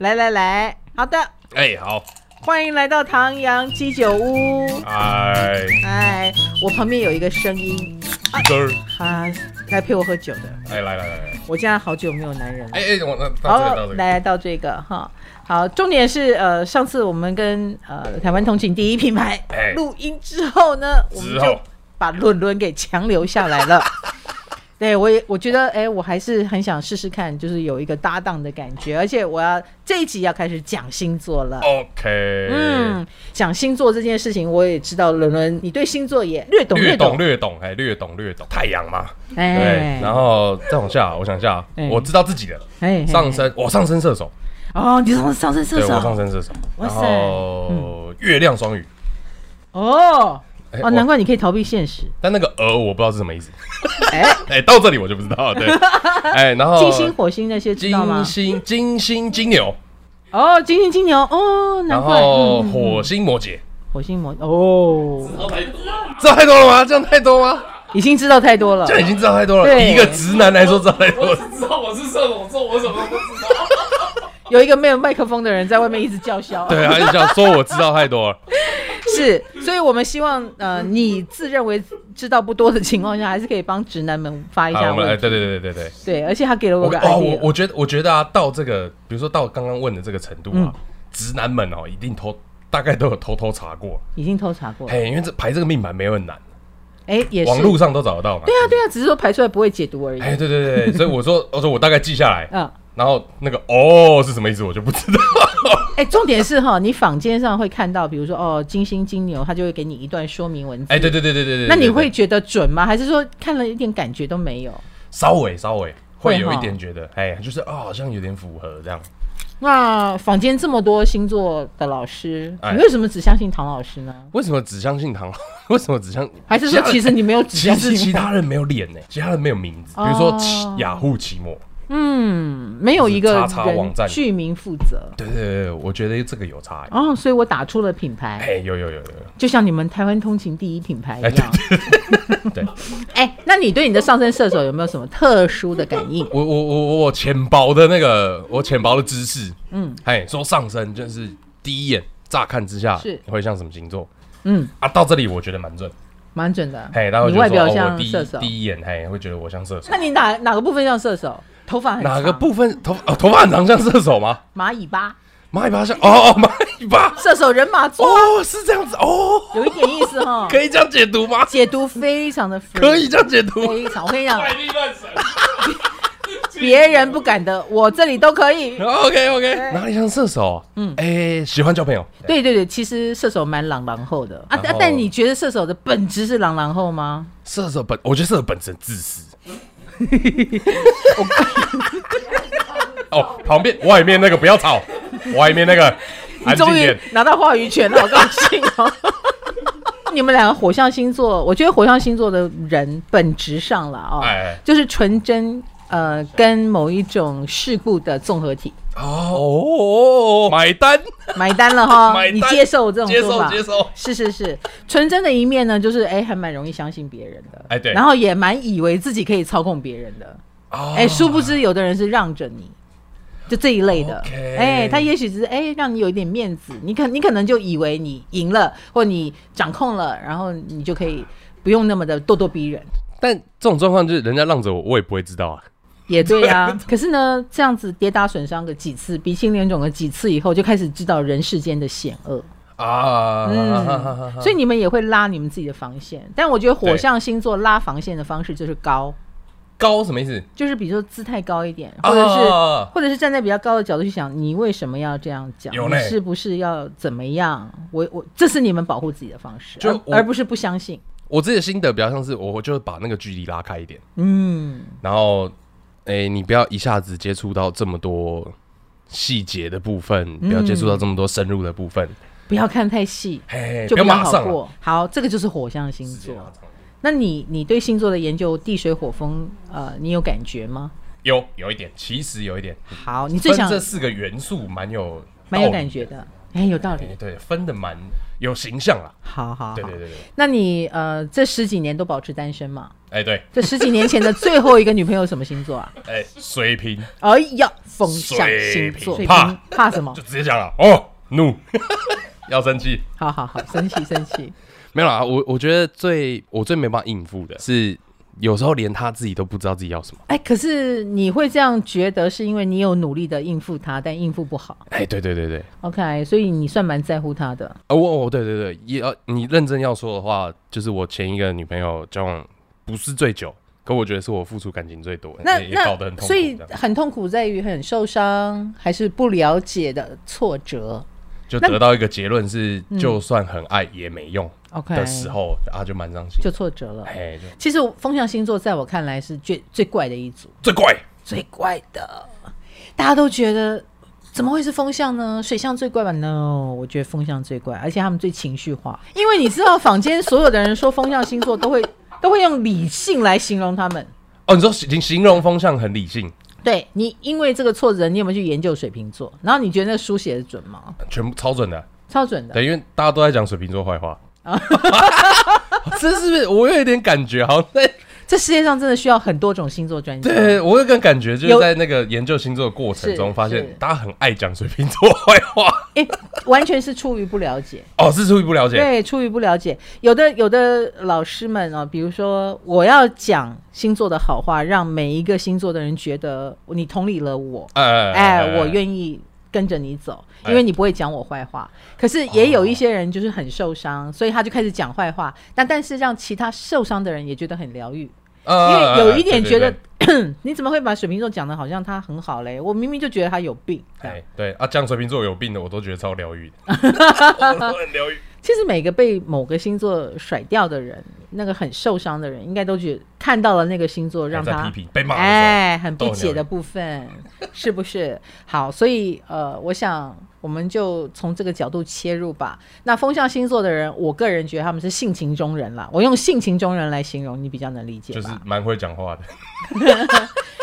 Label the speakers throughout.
Speaker 1: 来来来，好的，
Speaker 2: 哎、好，
Speaker 1: 欢迎来到唐阳鸡酒屋。
Speaker 2: 哎，
Speaker 1: 哎，我旁边有一个声音，
Speaker 2: 哥儿，
Speaker 1: 他来陪我喝酒的。
Speaker 2: 哎，来来来来，
Speaker 1: 我家好久没有男人了。
Speaker 2: 哎哎，我那到这个到
Speaker 1: 好，
Speaker 2: 这个，
Speaker 1: 来到这个哈，好，重点是呃，上次我们跟呃台湾同情第一品牌
Speaker 2: 哎
Speaker 1: 录音之后呢，我们
Speaker 2: 之
Speaker 1: 就
Speaker 2: 后
Speaker 1: 把伦伦给强留下来了。 对我也我觉得哎，我还是很想试试看，就是有一个搭档的感觉，而且我要这一集要开始讲星座了。
Speaker 2: ，OK，
Speaker 1: 嗯，，讲星座这件事情，我也知道伦伦，你对星座也略懂
Speaker 2: 略
Speaker 1: 懂
Speaker 2: 懂，略懂，哎，略懂略懂，太阳嘛，
Speaker 1: 哎
Speaker 2: 对，，然后再往下，我想一下，
Speaker 1: 哎
Speaker 2: 我知道自己的了
Speaker 1: 哎
Speaker 2: 上升，我上升射手，
Speaker 1: 哦，你从上升射
Speaker 2: 对，我上
Speaker 1: 手
Speaker 2: 升射手，
Speaker 1: 哇
Speaker 2: 然
Speaker 1: 塞
Speaker 2: 后月亮双鱼，
Speaker 1: 哦
Speaker 2: 哎
Speaker 1: 哦，
Speaker 2: 我
Speaker 1: 难怪你可以逃避现 实，
Speaker 2: 但那个鹅我不知道是什么意思，
Speaker 1: 哎，
Speaker 2: 哎，到这里我就不知道 了，对，哎，然后
Speaker 1: 金星、火星那些知道
Speaker 2: 金
Speaker 1: 吗？
Speaker 2: 星、金星、金牛，
Speaker 1: 哦，金星、金牛，哦，难
Speaker 2: 然
Speaker 1: 怪，
Speaker 2: 后
Speaker 1: 嗯，
Speaker 2: 火星摩羯，
Speaker 1: 火星魔哦，
Speaker 2: 这样太多了吗？这样太多吗？
Speaker 1: 已经知道太多了
Speaker 2: 这，样已经知道太多了。
Speaker 1: 对
Speaker 2: 以一个直男来说，知道太多
Speaker 3: 我
Speaker 2: 了。
Speaker 3: 只知道我是射手座，我什么都不知道。
Speaker 1: 有一个没有麦克风的人在外面一直叫嚣，
Speaker 2: 对，他就想说我知道太多了。
Speaker 1: 是，所以我们希望呃，你自认为知道不多的情况下，还是可以帮直男们发一
Speaker 2: 好，
Speaker 1: 下
Speaker 2: 我们来，
Speaker 1: 问题，
Speaker 2: 对对对对对对。
Speaker 1: 对，而且他给了
Speaker 2: 我
Speaker 1: 我个
Speaker 2: 哦，我
Speaker 1: idea，
Speaker 2: 我觉得我觉得啊，到这个，比如说到刚刚问的这个程度啊，直男们哦，一定偷大概都有偷偷查过，
Speaker 1: 已经偷查过了，
Speaker 2: 嘿，因为这排这个命盘没有很难，
Speaker 1: 哎，嗯也是
Speaker 2: 网。络上都找得到嘛。
Speaker 1: 对啊，对啊，只是说排出来不会解读而已。
Speaker 2: 哎，对对对，所以 我说，我说我大概记下来，
Speaker 1: 嗯，
Speaker 2: 然后那个哦是什么意思，我就不 知道。
Speaker 1: 哎，重点是哈，你坊间上会看到，比如说哦，金星、金牛，他就会给你一段说明文字。
Speaker 2: 哎，对对对对对对。
Speaker 1: 那你
Speaker 2: 对对
Speaker 1: 会觉得准吗？还是说看了一点感觉都没有？
Speaker 2: 稍微稍微
Speaker 1: 会
Speaker 2: 会有一
Speaker 1: 哈
Speaker 2: 点觉得，哎，就是哦，好像有点符合这样。
Speaker 1: 那坊间这么多星座的老师，
Speaker 2: 哎
Speaker 1: 你为什么只相信唐老师呢？
Speaker 2: 为什么只相信唐老？ 为什么只相？
Speaker 1: 还是说其实你没有只
Speaker 2: 其
Speaker 1: 相
Speaker 2: 实其
Speaker 1: 信？
Speaker 2: 他人没有脸呢、其他人没有名字，
Speaker 1: 哦
Speaker 2: 比如说奇雅虎奇摩。
Speaker 1: 嗯，没有一个
Speaker 2: 是叉叉
Speaker 1: 人
Speaker 2: 网站
Speaker 1: 剧名负责
Speaker 2: 对对对，我觉得这个有差异。
Speaker 1: 哦，所以我打出了品牌，
Speaker 2: 哎、有有有有有，
Speaker 1: 就像你们台湾通勤第一品牌一
Speaker 2: 哎
Speaker 1: 样。
Speaker 2: 对
Speaker 1: 哎，那你对你的上升射手有没有什么特殊的感应？
Speaker 2: 我我我我浅薄的那个，我浅薄的知识，嗯，哎，说上升就是第一眼乍看之下
Speaker 1: 是
Speaker 2: 会像什么星座
Speaker 1: 嗯，
Speaker 2: 啊？到这里我觉得蛮准，
Speaker 1: 蛮准的。
Speaker 2: 哎，大家会
Speaker 1: 你
Speaker 2: 觉
Speaker 1: 外
Speaker 2: 得说
Speaker 1: 表
Speaker 2: 哦，我
Speaker 1: 像
Speaker 2: 第一
Speaker 1: 射手，
Speaker 2: 第一眼，哎，会觉得我像射手。
Speaker 1: 那你哪哪个部分像射手？头发很长
Speaker 2: 哪个？部分头哦头发很长像射手吗？
Speaker 1: 蚂蚁吧，
Speaker 2: 蚂蚁巴像哦哦蚂蚁巴
Speaker 1: 射手人马座，
Speaker 2: 哦是这样子哦，
Speaker 1: 有一点意思哈。
Speaker 2: 可以这样解读吗？
Speaker 1: 解读非常的 free
Speaker 2: 可以这样解读吗
Speaker 1: 非常，我跟你讲，
Speaker 3: 怪力乱神，
Speaker 1: 别人不敢的，我这里都可以。
Speaker 2: OK OK，哪里像射手？嗯，哎、喜欢交朋友。
Speaker 1: 对对对，其实射手蛮朗朗后的啊，
Speaker 2: 然
Speaker 1: 但
Speaker 2: 后
Speaker 1: 但你觉得射手的本质是朗朗后吗？
Speaker 2: 射手本，我觉得射手本身自私。哦，旁边外面那个不要吵，外面那个
Speaker 1: 你
Speaker 2: 安静
Speaker 1: 终于
Speaker 2: 点。
Speaker 1: 拿到话语权了，好高兴 哦！你们两个火象星座，我觉得火象星座的人本质上了哦，
Speaker 2: 哎
Speaker 1: 就是纯真，呃，跟某一种事故的综合 体，哦
Speaker 2: 哦，买单，
Speaker 1: 买单了哈，
Speaker 2: 买单
Speaker 1: 啊你接受这种
Speaker 2: 接
Speaker 1: 说
Speaker 2: 受
Speaker 1: 法？
Speaker 2: 接受。
Speaker 1: 是是是，纯真的一面呢，就是哎，还蛮容易相信别人的，
Speaker 2: 哎对
Speaker 1: 然后也蛮以为自己可以操控别人的，
Speaker 2: 哦
Speaker 1: 哎，殊不知有的人是让着你，就这一类的，
Speaker 2: OK
Speaker 1: 哎，他也许只是哎让你有一点面子，你可你可能就以为你赢了或你掌控了，然后你就可以不用那么的咄咄逼人，
Speaker 2: 但这种状况就是人家让着我，我也不会知道啊。
Speaker 1: 也对啊。 可是呢，这样子跌打损伤个几次，鼻青脸肿个几次以后，就开始知道人世间的险恶。
Speaker 2: 啊，
Speaker 1: 嗯，所以你们也会拉你们自己的防线，但我觉得火象星座拉防线的方式就是高，
Speaker 2: 高什么意思？
Speaker 1: 就是比如说姿态高一点，或者是、
Speaker 2: 啊
Speaker 1: 或者是站在比较高的角度去想，你为什么要这样讲？
Speaker 2: 有
Speaker 1: 你
Speaker 2: 嘞
Speaker 1: 是不是要怎么样？我我这是你们保护自己的方式，
Speaker 2: 就
Speaker 1: 而
Speaker 2: 我
Speaker 1: 而不是不相信。
Speaker 2: 我自己的心得比较像是，我我就把那个距离拉开一点，
Speaker 1: 嗯，
Speaker 2: 然后，哎、你不要一下子接触到这么多细节的部分，
Speaker 1: 嗯
Speaker 2: 不要接触到这么多深入的部分，
Speaker 1: 不要看太细，
Speaker 2: 嘿，
Speaker 1: 就
Speaker 2: 不要
Speaker 1: 比较
Speaker 2: 马
Speaker 1: 好
Speaker 2: 上啊
Speaker 1: 过。好，这个就是火象星座。那你你对星座的研究，地水火风，呃，你有感觉吗？
Speaker 2: 有有一点，其实有一点，
Speaker 1: 好，你最
Speaker 2: 分
Speaker 1: 想
Speaker 2: 这四个元素蛮有
Speaker 1: 蛮有
Speaker 2: 道理
Speaker 1: 感觉的，哎，有道理
Speaker 2: 哎。对，分的蛮有形象啦。啊
Speaker 1: 好好好，
Speaker 2: 对对对对，
Speaker 1: 那你呃这十几年都保持单身吗？
Speaker 2: 哎、哎，对，
Speaker 1: 这十几年前的最后一个女朋友什么星座啊？
Speaker 2: 哎，水瓶
Speaker 1: 哎呀，风象星座，
Speaker 2: 水瓶怕
Speaker 1: 怕什么
Speaker 2: 就？直接讲了，哦，怒， 要生气。
Speaker 1: 好好好，生气生气。
Speaker 2: 没有啦，我我觉得最我最没办法应付的是，有时候连他自己都不知道自己要什么。
Speaker 1: 哎，可是你会这样觉得，是因为你有努力的应付他，但应付不好。
Speaker 2: 哎，对对对对，
Speaker 1: OK，所以你算蛮在乎他的。
Speaker 2: 哦，我我对对对，也要你认真要说的话，就是我前一个女朋友交往不是最久，可我觉得是我付出感情最多，
Speaker 1: 那
Speaker 2: 也也搞得很
Speaker 1: 那
Speaker 2: 痛苦
Speaker 1: 所
Speaker 2: 这样。
Speaker 1: 以很痛苦在于很受伤，还是不了解的挫折。
Speaker 2: 就得到一个结论是，就算很爱也没用
Speaker 1: 嗯 OK，
Speaker 2: 的时候，啊，就蛮伤心。
Speaker 1: 就挫折了。
Speaker 2: 哎，就
Speaker 1: 其实我风象星座在我看来是最最怪的一组，
Speaker 2: 最怪
Speaker 1: 最怪的。大家都觉得怎么会是风象呢？水象最怪吧？No，我觉得风象最怪，而且他们最情绪化。因为你知道，坊间所有的人说风象星座都会 都会用理性来形容他们。
Speaker 2: 哦，你说形形容风向很理性，
Speaker 1: 对你，因为这个挫折，你有没有去研究水瓶座？然后你觉得那书写的准吗？
Speaker 2: 全部超准的。
Speaker 1: 超准的。
Speaker 2: 对，因为大家都在讲水瓶座坏话，这是不是我有一点感觉，好像在
Speaker 1: 这世界上真的需要很多种星座专家。
Speaker 2: 对我有一个感觉，就
Speaker 1: 有
Speaker 2: 是在那个研究星座的过程中，
Speaker 1: 是
Speaker 2: 发
Speaker 1: 是
Speaker 2: 现大家很爱讲水瓶座坏话。
Speaker 1: 哎，完全是出于不了解。
Speaker 2: 哦，是出于不了解，
Speaker 1: 对，出于不了解，有的有的老师们啊，比如说我要讲星座的好话，让每一个星座的人觉得你同理了我，
Speaker 2: 哎哎
Speaker 1: 哎，我
Speaker 2: 意。
Speaker 1: 愿意跟着你走，因
Speaker 2: 哎
Speaker 1: 为你不会讲我坏话。可是也有一些人就是很受伤，所以他就开始讲坏话，那但是让其他受伤的人也觉得很疗愈，因
Speaker 2: 因
Speaker 1: 为有一点觉得
Speaker 2: 啊 对，
Speaker 1: 你怎么会把水瓶座讲的好像他很好嘞？我明明就觉得他有病。这
Speaker 2: 对
Speaker 1: 样
Speaker 2: 哎对啊，讲水瓶座有病的，我都觉得超疗愈的，我都很疗愈。
Speaker 1: 其实每个被某个星座甩掉的人，那个很受伤的人，应该都觉看到了那个星座让
Speaker 2: 还在
Speaker 1: 他
Speaker 2: 批评被骂的时候
Speaker 1: 哎很不解
Speaker 2: 都很疗
Speaker 1: 的
Speaker 2: 愈
Speaker 1: 部分，是不是？好，所以呃，我想我们就从这个角度切入吧。那风象星座的人，我个人觉得他们是性情中人啦，我用性情中人来形容，你比较能理解吧？
Speaker 2: 就是蛮会讲话的。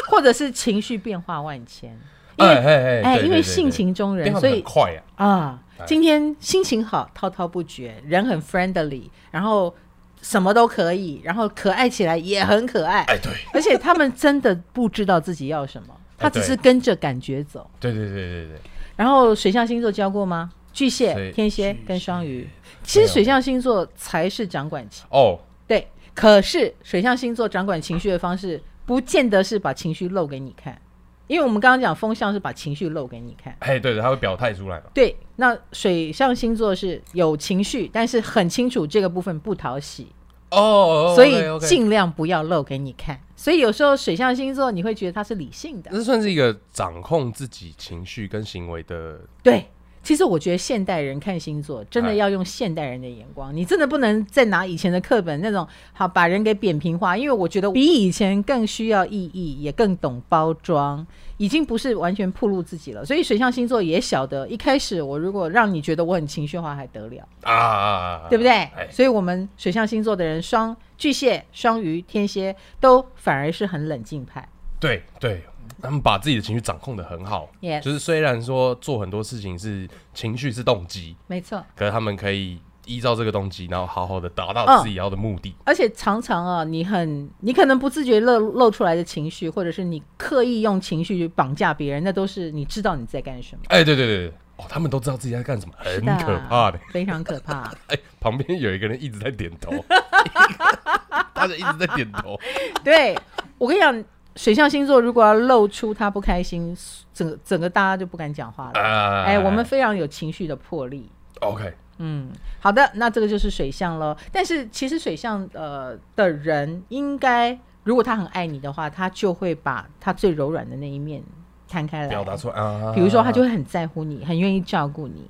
Speaker 1: 或者是情绪变化万千，因为
Speaker 2: 哎哎
Speaker 1: 哎，
Speaker 2: 对
Speaker 1: 因为
Speaker 2: 对对
Speaker 1: 性情中
Speaker 2: 对
Speaker 1: 人，
Speaker 2: 变化
Speaker 1: 所
Speaker 2: 得
Speaker 1: 以
Speaker 2: 很快呀、
Speaker 1: 啊，
Speaker 2: 哎
Speaker 1: 今天心情好，滔滔不绝，人很 friendly，然后什么都可以，然后可爱起来也很可爱，
Speaker 2: 哎，对
Speaker 1: 而且他们真的不知道自己要什么，他
Speaker 2: 哎
Speaker 1: 只
Speaker 2: 对
Speaker 1: 是跟着感觉走。
Speaker 2: 对对对对对，
Speaker 1: 然后水象星座教过吗？巨蟹、
Speaker 2: 对
Speaker 1: 天蝎跟双鱼，其
Speaker 2: 没
Speaker 1: 实
Speaker 2: 有
Speaker 1: 水象星座才是掌管情，
Speaker 2: 哦，
Speaker 1: 对。可是水象星座掌管情绪的方式，不见得是把情绪露给你看，因为我们刚刚讲风象是把情绪露给你看。
Speaker 2: 哎，对的，他会表态出来嘛。
Speaker 1: 对，那水象星座是有情绪，但是很清楚这个部分不讨喜，
Speaker 2: 哦哦，
Speaker 1: 所以
Speaker 2: OK，OK
Speaker 1: 尽量不要露给你看。所以有时候水象星座你会觉得它是理性的，
Speaker 2: 这算是一个掌控自己情绪跟行为的，
Speaker 1: 对。其实我觉得现代人看星座，真的
Speaker 2: 哎
Speaker 1: 要用现代人的眼光，你真的不能再拿以前的课本那种好把人给扁平化，因为我觉得比以前更需要意义，也更懂包装，已经不是完全暴露自己了。所以水象星座也晓得，一开始我如果让你觉得我很情绪化，还得了。
Speaker 2: 啊啊啊啊，啊
Speaker 1: 对不对？
Speaker 2: 哎，
Speaker 1: 所以，我们水象星座的人，双巨蟹、双鱼、天蝎都反而是很冷静派。
Speaker 2: 对对，他们把自己的情绪掌控的很好
Speaker 1: Yes
Speaker 2: 就是虽然说做很多事情是情绪是动机，
Speaker 1: 没错，
Speaker 2: 可是他们可以依照这个动机，然后好好的达到
Speaker 1: 嗯
Speaker 2: 自己要的目的。
Speaker 1: 而且常常啊，你很你可能不自觉露露出来的情绪，或者是你刻意用情绪去绑架别人，那都是你知道你在干什么，
Speaker 2: 哎，对对对对，哦，他们都知道自己在干什么，很
Speaker 1: 是的
Speaker 2: 可怕的。
Speaker 1: 非常可怕。啊
Speaker 2: 哎，旁边有一个人一直在点头，大家一直在点头。
Speaker 1: 对我跟你讲，水象星座如果要露出他不开心，整个整个大家就不敢讲话了。
Speaker 2: 啊
Speaker 1: 哎，我们非常有情绪的魄力。
Speaker 2: OK，
Speaker 1: 嗯，好的，那这个就是水象喽。但是其实水象呃的人，应该如果他很爱你的话，他就会把他最柔软的那一面摊开
Speaker 2: 表
Speaker 1: 来。
Speaker 2: 达出来啊，
Speaker 1: 比如说，他就会很在乎你，很愿意照顾你，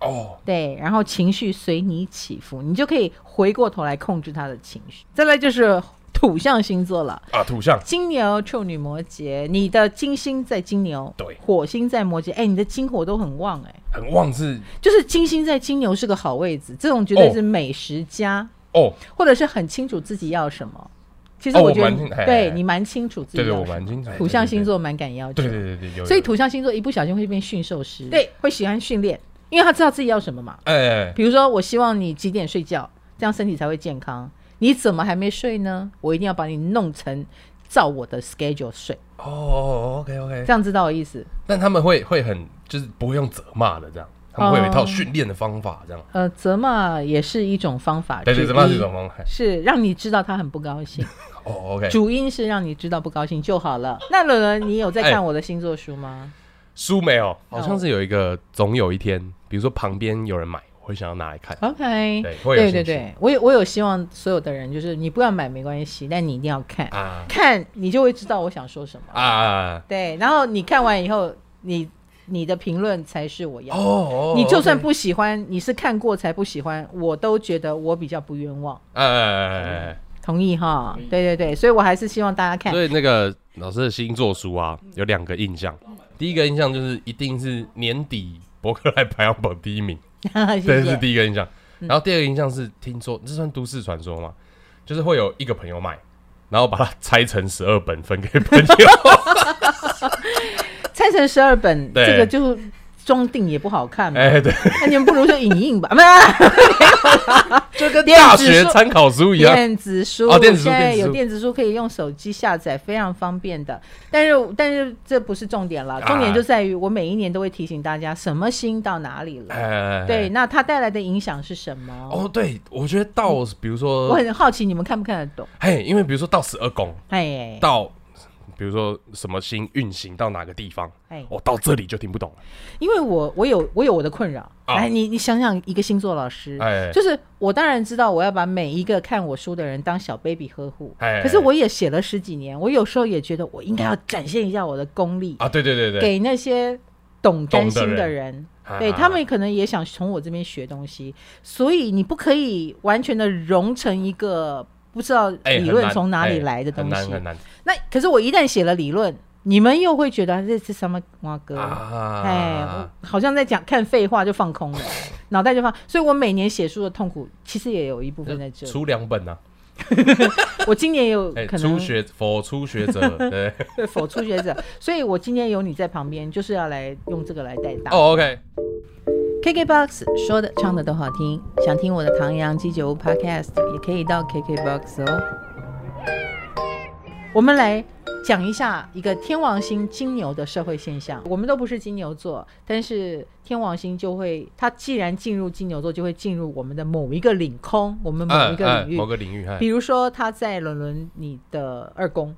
Speaker 2: 哦，
Speaker 1: 对，然后情绪随你起伏，你就可以回过头来控制他的情绪。再来就是土象星座了，
Speaker 2: 啊，土象，
Speaker 1: 金牛、处女、摩羯，你的金星在金牛，
Speaker 2: 对
Speaker 1: 火星在摩羯，哎，你的金火都很旺、哎，
Speaker 2: 很旺是
Speaker 1: 就是金星在金牛是个好位置，这种绝对是美食家。
Speaker 2: 哦，
Speaker 1: 或者是很清楚自己要什么。其实
Speaker 2: 哦
Speaker 1: 我
Speaker 2: 我
Speaker 1: 觉得
Speaker 2: 蛮
Speaker 1: 你，
Speaker 2: 清嘿
Speaker 1: 对
Speaker 2: 嘿嘿
Speaker 1: 你蛮清楚自己
Speaker 2: 对
Speaker 1: 要
Speaker 2: 对，
Speaker 1: 什么。
Speaker 2: 我蛮精彩。
Speaker 1: 土象星座蛮敢要求，
Speaker 2: 对，对对对对，有
Speaker 1: 所以
Speaker 2: 有
Speaker 1: 土象星座一不小心会变驯兽师，对，会喜欢训练，因为他知道自己要什么嘛。
Speaker 2: 哎，
Speaker 1: 比如说，我希望你几点睡觉，这样身体才会健康。你怎么还没睡呢？我一定要把你弄成照我的 schedule 睡，
Speaker 2: 哦哦，OK OK，
Speaker 1: 这样知道我意思？
Speaker 2: 但他们会会很就是不会用责骂的这样，他们会有一套训练的方法这样。
Speaker 1: 呃，责骂也是一种方法之
Speaker 2: 对
Speaker 1: 一，
Speaker 2: 对，责骂是一种方法。
Speaker 1: 是让你知道他很不高兴，
Speaker 2: 哦，OK，
Speaker 1: 主因是让你知道不高兴就好了。那伦伦，你有在
Speaker 2: 哎
Speaker 1: 看我的星座书吗？
Speaker 2: 书没有，哦好像是有一个总有一天，比如说旁边有人买，我会想要拿来看。
Speaker 1: OK，
Speaker 2: 对会有
Speaker 1: 对
Speaker 2: 兴趣
Speaker 1: 对，我有我有希望所有的人，就是你不要买没关系，但你一定要看，
Speaker 2: 啊
Speaker 1: 看你就会知道我想说什么。
Speaker 2: 啊
Speaker 1: 对，然后你看完以后，你你的评论才是我要。
Speaker 2: 哦，
Speaker 1: 你就算不喜欢，你是看过才不喜欢，我都觉得我比较不冤枉。
Speaker 2: 哎，
Speaker 1: 同意哈？
Speaker 3: 同意
Speaker 1: 对对对，所以我还是希望大家看。
Speaker 2: 所以那个老师的星座书啊，有两个印象。第一个印象就是一定是年底博客来排行榜第一名，
Speaker 1: 谢
Speaker 2: 这是
Speaker 1: 谢。
Speaker 2: 第一个印象。
Speaker 1: 嗯
Speaker 2: 然后第二个印象是听说，这算都市传说吗？就是会有一个朋友买，然后把它拆成十二本分给 朋友。
Speaker 1: 拆成十二本，
Speaker 2: 对
Speaker 1: 这个就装订也不好看嘛。
Speaker 2: 哎，对，
Speaker 1: 那你们不如就影印吧，不是
Speaker 2: 就跟
Speaker 1: 电子
Speaker 2: 大学
Speaker 1: 书
Speaker 2: 参考书一样。
Speaker 1: 电子书。
Speaker 2: 哦电子书
Speaker 1: 现在
Speaker 2: 电子书
Speaker 1: 有电子书可以用手机下载，非常方便的。但是但是这不是重点了，
Speaker 2: 啊
Speaker 1: 重点就在于我每一年都会提醒大家什么新到哪里了。
Speaker 2: 哎，
Speaker 1: 对，。那它带来的影响是什么？
Speaker 2: 哦，对，我觉得到比如
Speaker 1: 嗯我
Speaker 2: 说，
Speaker 1: 很好奇你们看不看得懂？
Speaker 2: 嘿，因为比如说到十二宫，
Speaker 1: 哎
Speaker 2: 到比如说什么星运行到哪个地方，
Speaker 1: 哎，
Speaker 2: 我到这里就听不懂了。
Speaker 1: 因为我我有我有我的困扰。
Speaker 2: 啊
Speaker 1: 来，你你想想，一个星座老师，
Speaker 2: 哎，
Speaker 1: 就是我当然知道我要把每一个看我书的人当小 baby 呵护，
Speaker 2: 哎
Speaker 1: 可是我也写了十几年，我有时候也觉得我应该要展现一下我的功力，
Speaker 2: 啊，对对对对，
Speaker 1: 给那些懂占星
Speaker 2: 懂
Speaker 1: 的
Speaker 2: 的
Speaker 1: 人。
Speaker 2: 啊
Speaker 1: 对他们可能也想从我这边学东西，所以你不可以完全的融成一个不知道
Speaker 2: 哎
Speaker 1: 理
Speaker 2: 很
Speaker 1: 论
Speaker 2: 难
Speaker 1: 从哪里
Speaker 2: 哎
Speaker 1: 来的东西。
Speaker 2: 很难很难
Speaker 1: 那可是我一旦写了理论，你们又会觉得哎这是什么瓜哥？
Speaker 2: 啊，
Speaker 1: 哎，我好像在讲看废话就放空 了，脑袋就放。所以我每年写书的痛苦，其实也有一部分在这里。
Speaker 2: 出两本啊，
Speaker 1: 我今年也有
Speaker 2: 哎，
Speaker 1: 可能
Speaker 2: 初学佛初学者， 对，
Speaker 1: 对否初学者，所以我今年有你在旁边，就是要来用这个来带大。
Speaker 2: 哦，OK，
Speaker 1: KKBOX 说的唱的都好听，想听我的唐阳鸡酒屋 Podcast 也可以到 KKBOX 哦。我们来讲一下一个天王星金牛的社会现象。我们都不是金牛座，但是天王星就会，它既然进入金牛座，就会进入我们的某一个领空，我们某一个领域。
Speaker 2: 某个领域，哎
Speaker 1: 比如说，它在伦伦你的二宫，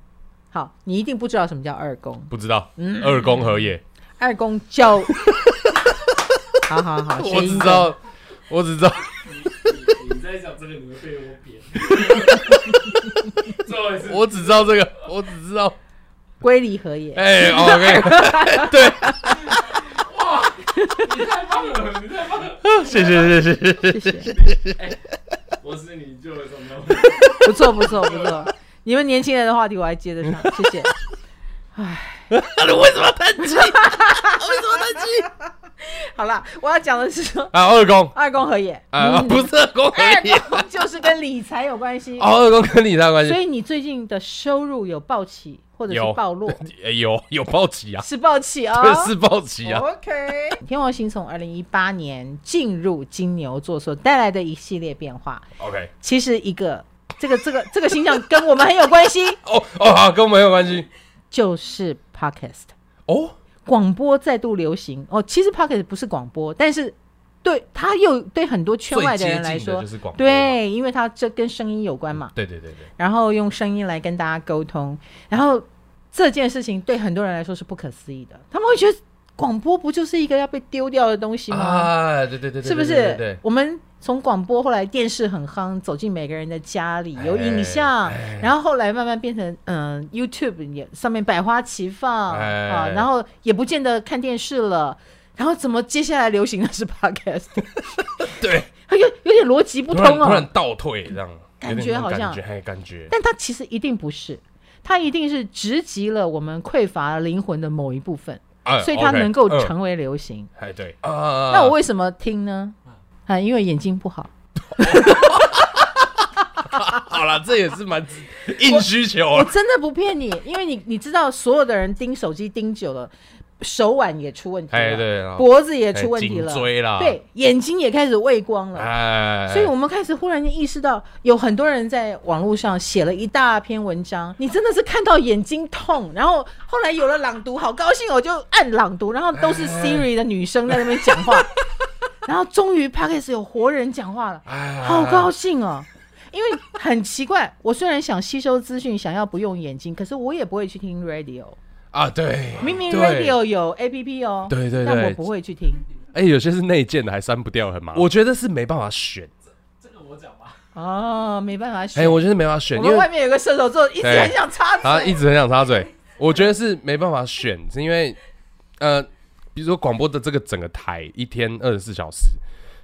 Speaker 1: 好，你一定不知道什么叫二宫，
Speaker 2: 不知道
Speaker 1: 嗯
Speaker 2: 二宫和也，
Speaker 1: 二宫 叫，好好好，谐
Speaker 2: 我只
Speaker 1: 音
Speaker 2: 知
Speaker 1: 梗
Speaker 2: 道，我只知道，
Speaker 3: 你你在讲这个，你会被我 扁。最后一次，
Speaker 2: 我只知道这个，我只知道，
Speaker 1: 龟离合也。
Speaker 2: 哎哦，OK，
Speaker 3: 你太棒了，你太棒了！
Speaker 2: 谢谢谢谢谢谢，
Speaker 1: 谢谢，
Speaker 3: 我是你救了什么？
Speaker 1: 不错不错不错，你们年轻人的话题我还接得 上，谢谢。
Speaker 2: 你为什么叹气？
Speaker 1: 好啦，我要讲的是说
Speaker 2: 啊，二宫
Speaker 1: 二宫和也，
Speaker 2: 啊，
Speaker 1: 嗯
Speaker 2: 不是二宫和也，
Speaker 1: 二宫就是跟理财有关系，
Speaker 2: 哦，二宫跟你啥关系
Speaker 1: 所？以你最近的收入有暴起或者是
Speaker 2: 有
Speaker 1: 暴 落，
Speaker 2: 哎有有报喜啊，
Speaker 1: 是暴起啊、
Speaker 2: 对，是报喜啊，
Speaker 1: OK，天王星从二零一八年进入金牛座所带来的一系列变化，
Speaker 2: OK，
Speaker 1: 其实一个这个这个这个星象跟我们很有关系，
Speaker 2: 哦哦，好，跟我们有关系
Speaker 1: 就是 Podcast。
Speaker 2: 哦，
Speaker 1: 广播再度流行哦，其实 Pocket 不是广播，但是对它又对很多圈
Speaker 2: 最
Speaker 1: 外的
Speaker 2: 接
Speaker 1: 人来
Speaker 2: 近的
Speaker 1: 说
Speaker 2: 就，是广播嘛，
Speaker 1: 对，因为它这跟声音有关嘛，
Speaker 2: 对对对对，
Speaker 1: 然后用声音来跟大家沟通，然后这件事情对很多人来说是不可思议的，他们会觉得广播不就是一个要被丢掉的东西吗？
Speaker 2: 啊，对对对对，
Speaker 1: 是不是？
Speaker 2: 对对对，
Speaker 1: 我们从广播后来电视很夯，走进每个人的家
Speaker 2: 哎
Speaker 1: 里，有影像，然后后来慢慢变成嗯、YouTube 也上面百花齐放、
Speaker 2: 哎
Speaker 1: 啊，然后也不见得看电视了。然后怎么接下来流行的是 podcast？
Speaker 2: 对，
Speaker 1: 它有有点逻辑不
Speaker 2: 突
Speaker 1: 通
Speaker 2: 然突
Speaker 1: 哦
Speaker 2: 然，倒退这样，
Speaker 1: 感
Speaker 2: 有点
Speaker 1: 觉
Speaker 2: 那种
Speaker 1: 好像
Speaker 2: 感觉，嘿，感觉
Speaker 1: 但它其实一定不是，它一定是直击了我们匮乏灵魂的某一部分，
Speaker 2: 啊
Speaker 1: 所以它能够，
Speaker 2: OK，嗯
Speaker 1: 成为流行。
Speaker 2: 哎对啊，
Speaker 1: 那我为什么听呢？啊，因为眼睛不好。
Speaker 2: 好了，这也是蛮 硬需求啊
Speaker 1: 我
Speaker 2: 了，
Speaker 1: 真的不骗你，因为你你知道，所有的人盯手机盯久了，手腕也出问题
Speaker 2: 哎
Speaker 1: 了，
Speaker 2: 对啊
Speaker 1: 脖子也出问题
Speaker 2: 哎
Speaker 1: 了，
Speaker 2: 颈椎啦
Speaker 1: 对，眼睛也开始畏光了。
Speaker 2: 哎，
Speaker 1: 所以我们开始忽然间意识到，有很多人在网络上写了一大篇文章，你真的是看到眼睛痛，然后后来有了朗读，好高兴哦，我就按朗读，然后都是 Siri 的女生在那边讲 话，然后终于 p a c k e s 有活人讲话了，
Speaker 2: 哎
Speaker 1: 好高兴哦。因为很奇怪，我虽然想吸收资讯，想要不用眼睛，可是我也不会去听 radio。
Speaker 2: 啊，对，
Speaker 1: 明明
Speaker 2: 对
Speaker 1: radio 有 app 哦，
Speaker 2: 对对对
Speaker 1: 但我不会去听。
Speaker 2: 哎，有些是内建的，还删不掉，很麻烦。我觉得是没办法选，
Speaker 3: 这个我讲吧，
Speaker 1: 哦，没办法选。
Speaker 2: 哎，我觉得没办法选，
Speaker 1: 我
Speaker 2: 因
Speaker 1: 们
Speaker 2: 为
Speaker 1: 外面有啊个射手座，一直
Speaker 2: 对
Speaker 1: 很想插
Speaker 2: 他
Speaker 1: 嘴。
Speaker 2: 一直很想插嘴。我觉得是没办法选，是因为呃，比如说广播的这个整个台一天二十四小时，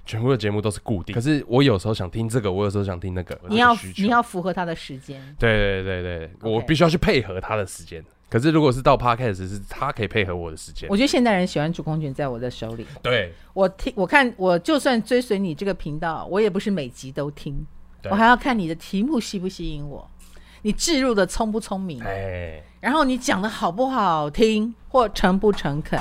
Speaker 2: 全部的节目都是固定。可是我有时候想听这个，我有时候想听那个，
Speaker 1: 你要
Speaker 2: 有这个需求
Speaker 1: 你要符合他的时间，
Speaker 2: 对对对对，对
Speaker 1: OK
Speaker 2: 我必须要去配合他的时间。可是如果是到 podcast 是他可以配合我的时间
Speaker 1: 我，觉得现代人喜欢主控权在我的手里。
Speaker 2: 对
Speaker 1: 我听我看我就算追随你这个频道，我也不是每集都听，
Speaker 2: 对
Speaker 1: 我还要看你的题目吸不吸引我，你置入的聪不聪明，
Speaker 2: 哎，
Speaker 1: 然后你讲的好不好听或诚不诚恳，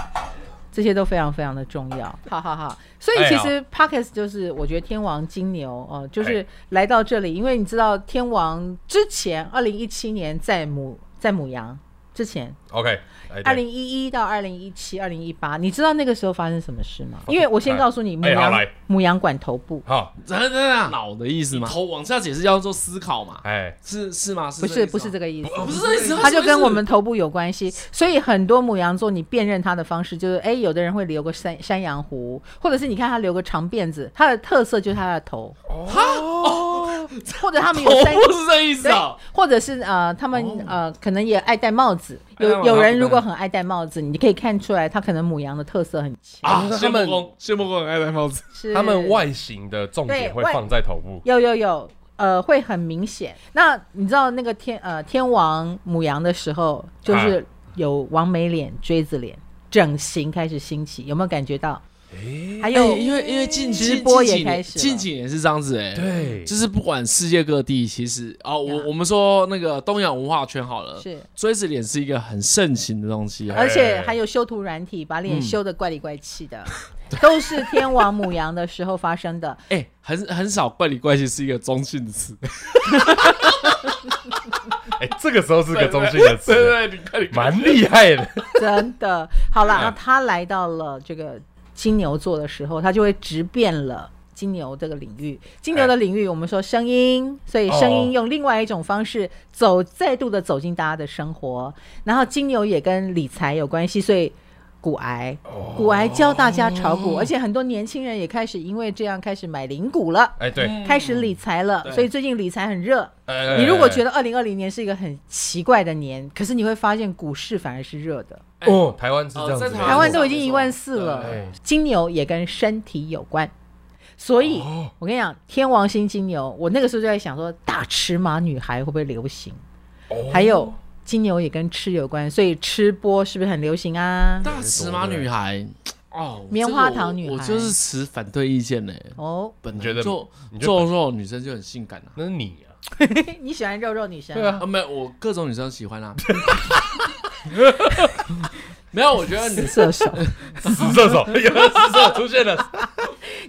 Speaker 1: 这些都非常非常的重要。好好好，所
Speaker 2: 哎
Speaker 1: 以其实 p o c k e t 就是我觉得天王金牛哦、呃就是
Speaker 2: 哎
Speaker 1: 来到这里，因为你知道天王之前二零一七年在母在母羊之前，
Speaker 2: OK，
Speaker 1: 二零一一到二零一七、二零一八，你知道那个时候发生什么事吗？因为我先告诉你，母
Speaker 2: 哎好
Speaker 1: 羊、
Speaker 2: 来
Speaker 1: 母羊管头部
Speaker 2: 好，
Speaker 4: 真的真的，
Speaker 3: 脑的意思吗？
Speaker 4: 头往下解释叫做思考嘛，
Speaker 2: 哎，
Speaker 4: 是是吗？
Speaker 1: 不是不是这
Speaker 4: 个
Speaker 1: 个意思，
Speaker 4: 意思吗，不是这个意思，
Speaker 1: 它就跟我们
Speaker 4: 什
Speaker 1: 头部有关系，所以很多母羊座你辨认它的方式就是，哎，有的人会留个山山羊胡，或者是你看他留个长辫子，它的特色就是它的头，
Speaker 4: 么意思哈哦，
Speaker 1: 或者他们有
Speaker 4: 头
Speaker 1: 三。
Speaker 4: 不是这个意思
Speaker 1: 对
Speaker 4: 啊，，
Speaker 1: 或者是呃，他们、呃，可能也爱戴帽子。
Speaker 4: 哎那
Speaker 1: 有
Speaker 4: 我
Speaker 1: 有
Speaker 4: 好
Speaker 1: 人如
Speaker 4: 对
Speaker 1: 果很爱戴帽子，你可以看出来，他可能母羊的特色很强。
Speaker 4: 啊，
Speaker 2: 他
Speaker 4: 谢
Speaker 2: 们
Speaker 4: 木工，谢木工很爱戴帽子，
Speaker 1: 是
Speaker 2: 他们外形的重点
Speaker 1: 对
Speaker 2: 会
Speaker 1: 外
Speaker 2: 放在头部，
Speaker 1: 有有有，呃，会很明显。那你知道那个天呃天王母羊的时候，就是有王美脸、锥子脸，整形开始兴起，有没有感觉到？还
Speaker 4: 哎，
Speaker 1: 有
Speaker 4: 因为因为近
Speaker 1: 直
Speaker 4: 近
Speaker 1: 播
Speaker 4: 近
Speaker 1: 也
Speaker 4: 几
Speaker 1: 开
Speaker 4: 年
Speaker 1: 始了
Speaker 4: 近几年是这样子哎，
Speaker 2: 对
Speaker 4: 就是不管世界各地，其实哦，我
Speaker 1: 呀
Speaker 4: 我们说那个东亚文化圈好了，
Speaker 1: 是，
Speaker 4: 锥子脸是一个很盛行的东西啊，
Speaker 1: 而且还有修图软体，把脸修的怪里怪气的，都是天王母羊的时候发生的。
Speaker 4: 哎、很很少怪里怪气是一个中性的词，
Speaker 2: 哎，这个时候是个中性的词，
Speaker 4: 对，你看你
Speaker 2: 蛮厉害的。
Speaker 1: 真的。好了，
Speaker 2: 嗯
Speaker 1: 那他来到了这个金牛座的时候，他就会直变了。金牛这个领域，金牛的领域，我们说声音，所以声音
Speaker 2: 哎哦
Speaker 1: 用另外一种方式走，再度的走进大家的生活。然后金牛也跟理财有关系，所以股癌，
Speaker 2: 哦
Speaker 1: 股癌教大家炒股，而且很多年轻人也开始因为这样开始买零股了，
Speaker 2: 哎，对，
Speaker 1: 开始理财了。
Speaker 4: 对
Speaker 1: 所以最近理财很热，
Speaker 2: 哎
Speaker 1: 你如果觉
Speaker 2: 得
Speaker 1: 得二零二零年是一个很奇怪的年，可是你会发现股市反而是热的。
Speaker 2: 哦，台湾是这样
Speaker 4: 哦
Speaker 2: 子
Speaker 4: 在
Speaker 2: 的，
Speaker 4: 台
Speaker 1: 台湾都已经一
Speaker 4: 没错
Speaker 1: 万四了
Speaker 2: 对，
Speaker 1: 金牛也跟身体有关，所以、
Speaker 4: 哦
Speaker 1: 我跟你讲，天王星金牛，我那个时候就在想说，大尺码女孩会不会流行？
Speaker 2: 哦
Speaker 1: 还有金牛也跟吃有关，所以吃播是不是很流行啊？
Speaker 4: 大尺码女孩哦，
Speaker 1: 棉花糖女孩
Speaker 4: 这个我我就是持反对意见呢、
Speaker 1: 哦，
Speaker 4: 本
Speaker 2: 你
Speaker 4: 来
Speaker 2: 觉得
Speaker 4: 就
Speaker 2: 你觉得
Speaker 4: 肉肉女生就很性感啊，
Speaker 2: 那是你啊，
Speaker 1: 你喜欢肉肉女生？
Speaker 4: 对啊，没有我各种女生都喜欢啊，
Speaker 2: 啊
Speaker 4: 没有，我觉得你
Speaker 1: 射 手，
Speaker 2: 死射手，有个死射手出现了，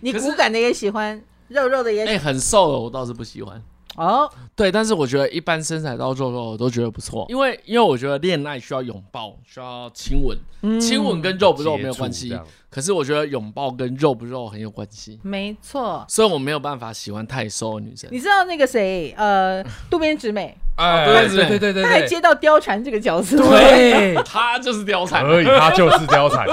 Speaker 1: 你
Speaker 4: 可是
Speaker 1: 骨感的也喜欢，肉肉的也
Speaker 4: 哎、
Speaker 1: 喜
Speaker 4: 很瘦的我倒是不喜欢。
Speaker 1: 哦，
Speaker 4: 对，但是我觉得一般身材到肉肉我都觉得不错，因为因为我觉得恋爱需要拥抱，需要亲吻，亲吻跟肉不肉没有关
Speaker 2: 接
Speaker 4: 系
Speaker 2: 触这，样
Speaker 4: 可是我觉得拥抱跟肉不肉很有关系，
Speaker 1: 没错。
Speaker 4: 所以我没有办法喜欢太瘦的女生。
Speaker 1: 你知道那个谁，呃，渡边直美，
Speaker 2: 哎，
Speaker 4: 对
Speaker 2: 对对对对
Speaker 1: 她还
Speaker 2: 对，
Speaker 1: 接到貂蝉这个角色。
Speaker 2: 对，
Speaker 4: 她就是貂蝉，
Speaker 2: 可以，他就是貂蝉，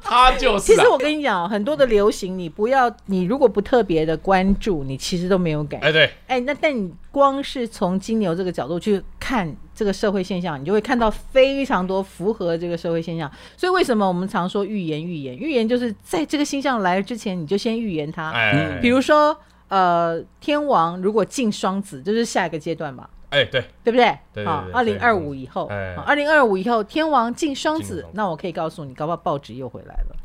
Speaker 4: 她就是、
Speaker 1: 其
Speaker 4: 啊。
Speaker 1: 实我跟你讲，很多的流行，你不要，你如果不特别的关注，你其实都没有感。
Speaker 2: 哎，对，
Speaker 1: 哎，那但你光是从金牛这个角度去看这个社会现象，你就会看到非常多符合这个社会现象。所以为什么我们常说预言？预言，预言就是在这个星象来之前，你就先预言它。
Speaker 2: 哎，
Speaker 1: 比如说，呃，天王如果进双子，就是下一个阶段嘛。
Speaker 2: 哎，对，
Speaker 1: 对不对？
Speaker 2: 对对
Speaker 1: 啊，
Speaker 2: 对
Speaker 1: 二
Speaker 2: 对
Speaker 1: 零二五以后，
Speaker 2: 哎
Speaker 1: 二零二五以后，天王进双
Speaker 2: 进
Speaker 1: 子
Speaker 2: 双，
Speaker 1: 那我可以告诉你，搞不好报纸又回来了。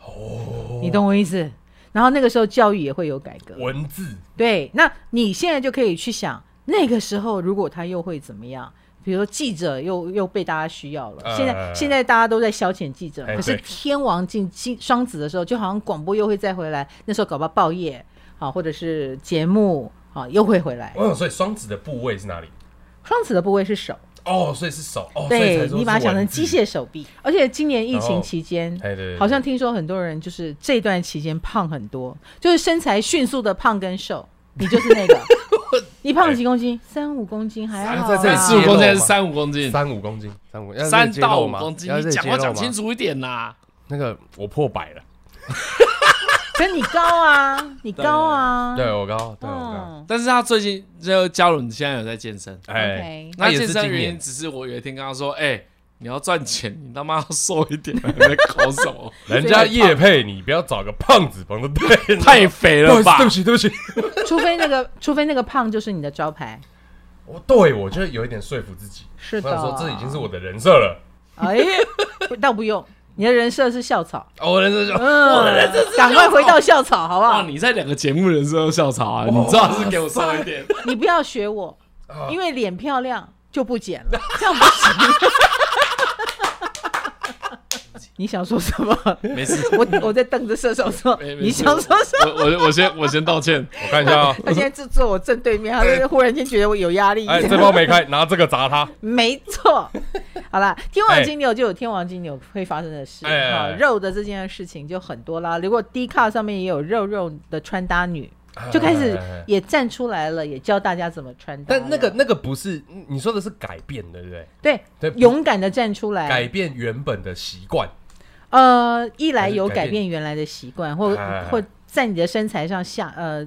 Speaker 1: 哦，你懂我意思？然后那个时候教育也会有改革，
Speaker 2: 文字
Speaker 1: 对。那你现在就可以去想，那个时候如果他又会怎么样？比如说记者又又被大家需要了，
Speaker 2: 呃
Speaker 1: 现在现在大家都在消遣记者，
Speaker 2: 哎
Speaker 1: 可是
Speaker 2: 对
Speaker 1: 天王进金双子的时候，就好像广播又会再回来，那时候搞不好报业好、或者是节目好、又会回来。
Speaker 2: 哦，所以双子的部位是哪里？
Speaker 1: 双子的部位是手，
Speaker 2: 哦，所以是手哦，所以才
Speaker 1: 对
Speaker 2: 说
Speaker 1: 你
Speaker 2: 是
Speaker 1: 把它想成
Speaker 2: 文字
Speaker 1: 机。械手臂，而且今年疫
Speaker 2: 然
Speaker 1: 情
Speaker 2: 后
Speaker 1: 期间，
Speaker 2: 哎，对对，对
Speaker 1: 好像听说很多人就是这段期间胖很多，就是身材迅速的胖跟瘦，你就是那 个，你胖
Speaker 2: 哎
Speaker 1: 了几公斤？三五公斤还好啊
Speaker 2: 在这里
Speaker 1: 啦
Speaker 4: 啊四五公斤
Speaker 2: 揭露
Speaker 4: 还是
Speaker 2: 吗
Speaker 4: 三五公斤？
Speaker 2: 三五公斤，三五要
Speaker 4: 三
Speaker 2: 这个揭
Speaker 4: 到
Speaker 2: 露
Speaker 4: 五
Speaker 2: 吗
Speaker 4: 公斤，
Speaker 2: 要
Speaker 4: 你
Speaker 2: 这个
Speaker 4: 讲
Speaker 2: 揭
Speaker 4: 话
Speaker 2: 露
Speaker 4: 讲
Speaker 2: 吗
Speaker 4: 清楚一点啦。
Speaker 2: 那个我破百了，
Speaker 1: 可是你高啊，你高啊，
Speaker 2: 对我高，对我高，
Speaker 1: 嗯
Speaker 4: 但是他最近就嘉伦现在有在健身，
Speaker 2: 哎
Speaker 1: OK，
Speaker 4: 那
Speaker 2: 那也
Speaker 4: 健
Speaker 2: 是
Speaker 4: 身的
Speaker 2: 今
Speaker 4: 原因
Speaker 2: 年，
Speaker 4: 只是我有一天跟他说，哎。你要赚钱，你他妈要瘦一点，你在搞什么？
Speaker 2: 人家叶配你不要找个胖子朋友， 对，
Speaker 4: 太肥
Speaker 2: 不好
Speaker 4: 了
Speaker 2: 意思
Speaker 4: 吧
Speaker 2: 对？不起，对不起，
Speaker 1: 除非那个，除非那个胖就是你的招牌。
Speaker 2: 我对我就有一点说服自己，
Speaker 1: 是的
Speaker 2: 我想说这已经是我的人设了，
Speaker 1: 哎，不倒不用，你的人设是校草，
Speaker 2: 哦，我人设就
Speaker 1: 嗯，赶快回到校草好不
Speaker 4: 哇，
Speaker 1: 好？
Speaker 4: 你在两个节目人设都校草啊！你知道是给我瘦一点，
Speaker 1: 你不要学我，
Speaker 2: 啊
Speaker 1: 因为脸漂亮就不减 了，这样不行。你想说什么？
Speaker 4: 没事。
Speaker 1: 我我在瞪着射手座
Speaker 4: 没，没
Speaker 1: 你
Speaker 4: 事
Speaker 1: 想说什么？
Speaker 4: 我我我先我先道歉，
Speaker 2: 我看一下啊，
Speaker 1: 他现在就坐我正对面，他就是忽然间觉得我有压力。
Speaker 2: 哎，这包没开，拿这个砸他，
Speaker 1: 没错，好啦，天王
Speaker 2: 哎
Speaker 1: 金牛就有天王金牛会发生的事，
Speaker 2: 哎哎
Speaker 1: 哈
Speaker 2: 哎
Speaker 1: 肉的这件事情就很多啦。如果 D 卡上面也有肉肉的穿搭女，就开始
Speaker 2: 哎哎哎
Speaker 1: 也站出来了，也教大家怎么穿搭了。
Speaker 2: 但那个那个不是你说的是改变，对不对？
Speaker 1: 对
Speaker 2: 对不是
Speaker 1: 勇敢的站出
Speaker 2: 改
Speaker 1: 来，
Speaker 2: 变原本的习惯，
Speaker 1: 呃，一来有
Speaker 2: 改变
Speaker 1: 改变原来的习惯，或
Speaker 2: 哎哎哎
Speaker 1: 或在你的身材上下呃。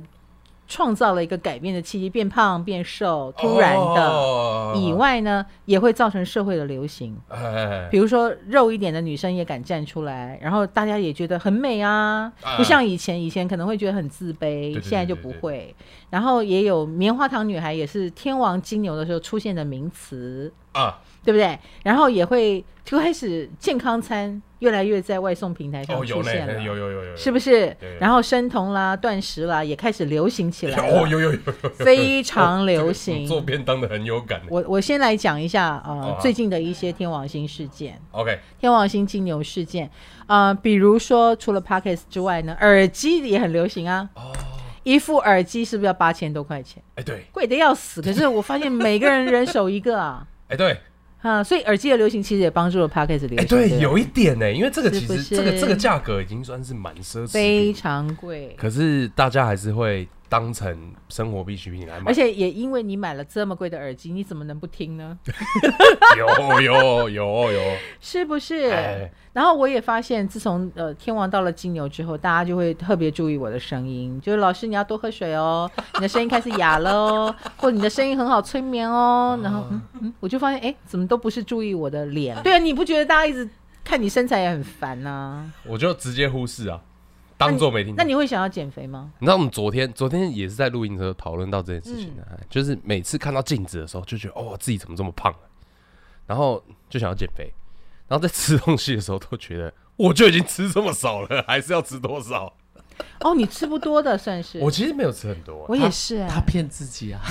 Speaker 1: 创造了一个改变的契机，变胖变瘦，突然的。
Speaker 2: 的
Speaker 1: 以，外呢，也会造成社会的流行。
Speaker 2: 哎哎
Speaker 1: 比如说肉一点的女生也敢站出来，然后大家也觉得很美啊，
Speaker 2: 啊
Speaker 1: 不像以前，以前可能会觉得很自卑，
Speaker 2: 对对对
Speaker 1: 现在就不会。然后也有棉花糖女孩，也是天王金牛的时候出现的名词，
Speaker 2: 哎啊，
Speaker 1: 对不对？然后也会就开始健康餐越来越在外送平台上
Speaker 2: 哦，有
Speaker 1: 出
Speaker 2: 呢，
Speaker 1: 现了，
Speaker 2: 有有有有，
Speaker 1: 是不是
Speaker 2: 对？对
Speaker 1: 然后生酮啦、断食啦也开始流行起 来
Speaker 2: 哦有
Speaker 1: 了，
Speaker 2: 有有有有
Speaker 1: 非常流
Speaker 2: 哦这
Speaker 1: 行。
Speaker 2: 个做便当的很有感的。
Speaker 1: 我我先来讲一下呃、
Speaker 2: 哦好
Speaker 1: 最近的一些天王星事件，
Speaker 2: OK，
Speaker 1: 天王星金牛事件，呃，比如说除了 Pockets 之外呢，耳机也很流行啊。
Speaker 2: 哦，
Speaker 1: 一副耳机是不是要八千多块钱？
Speaker 2: 哎对，
Speaker 1: 贵的要死。可是我发现每个人人手一个啊，
Speaker 2: 哎对，
Speaker 1: 啊，所以耳机的流行其实也帮助了 Pockets 流行。
Speaker 2: 哎
Speaker 1: 对
Speaker 2: 对
Speaker 1: 不，对
Speaker 2: 有一点呢，因为这个其
Speaker 1: 是不
Speaker 2: 实
Speaker 1: 是
Speaker 2: 这个这个价格已经算是蛮奢侈
Speaker 1: 非
Speaker 2: 品，
Speaker 1: 常贵，
Speaker 2: 可是大家还是会当成生活必需品来买
Speaker 1: 而。且也因为你买了这么贵的耳机，你怎么能不听呢？
Speaker 2: 有有有有，
Speaker 1: 是不是？
Speaker 2: 哎
Speaker 1: 然后我也发现，自从呃天王到了金牛之后，大家就会特别注意我的声音，就是老师你要多喝水哦，你的声音开始哑了哦，或者你的声音很好催眠哦。然后嗯嗯，我就发现哎，怎么都不是注意我的脸？对啊，你不觉得大家一直看你身材也很烦呐、
Speaker 2: 我就直接忽视啊，当做没听到。
Speaker 1: 那你会想要减肥吗？
Speaker 2: 你知道我们昨天昨天也是在录音的时候讨论到这件事情的、
Speaker 1: 嗯
Speaker 2: 哎就是每次看到镜子的时候就觉得哦自己怎么这么胖、啊，然后就想要减肥，然后在吃东西的时候都觉得我就已经吃这么少了，还是要吃多少？
Speaker 1: 哦，你吃不多的算是，
Speaker 2: 我其实没有吃很多、
Speaker 1: 我也是、啊，
Speaker 4: 他骗自己啊，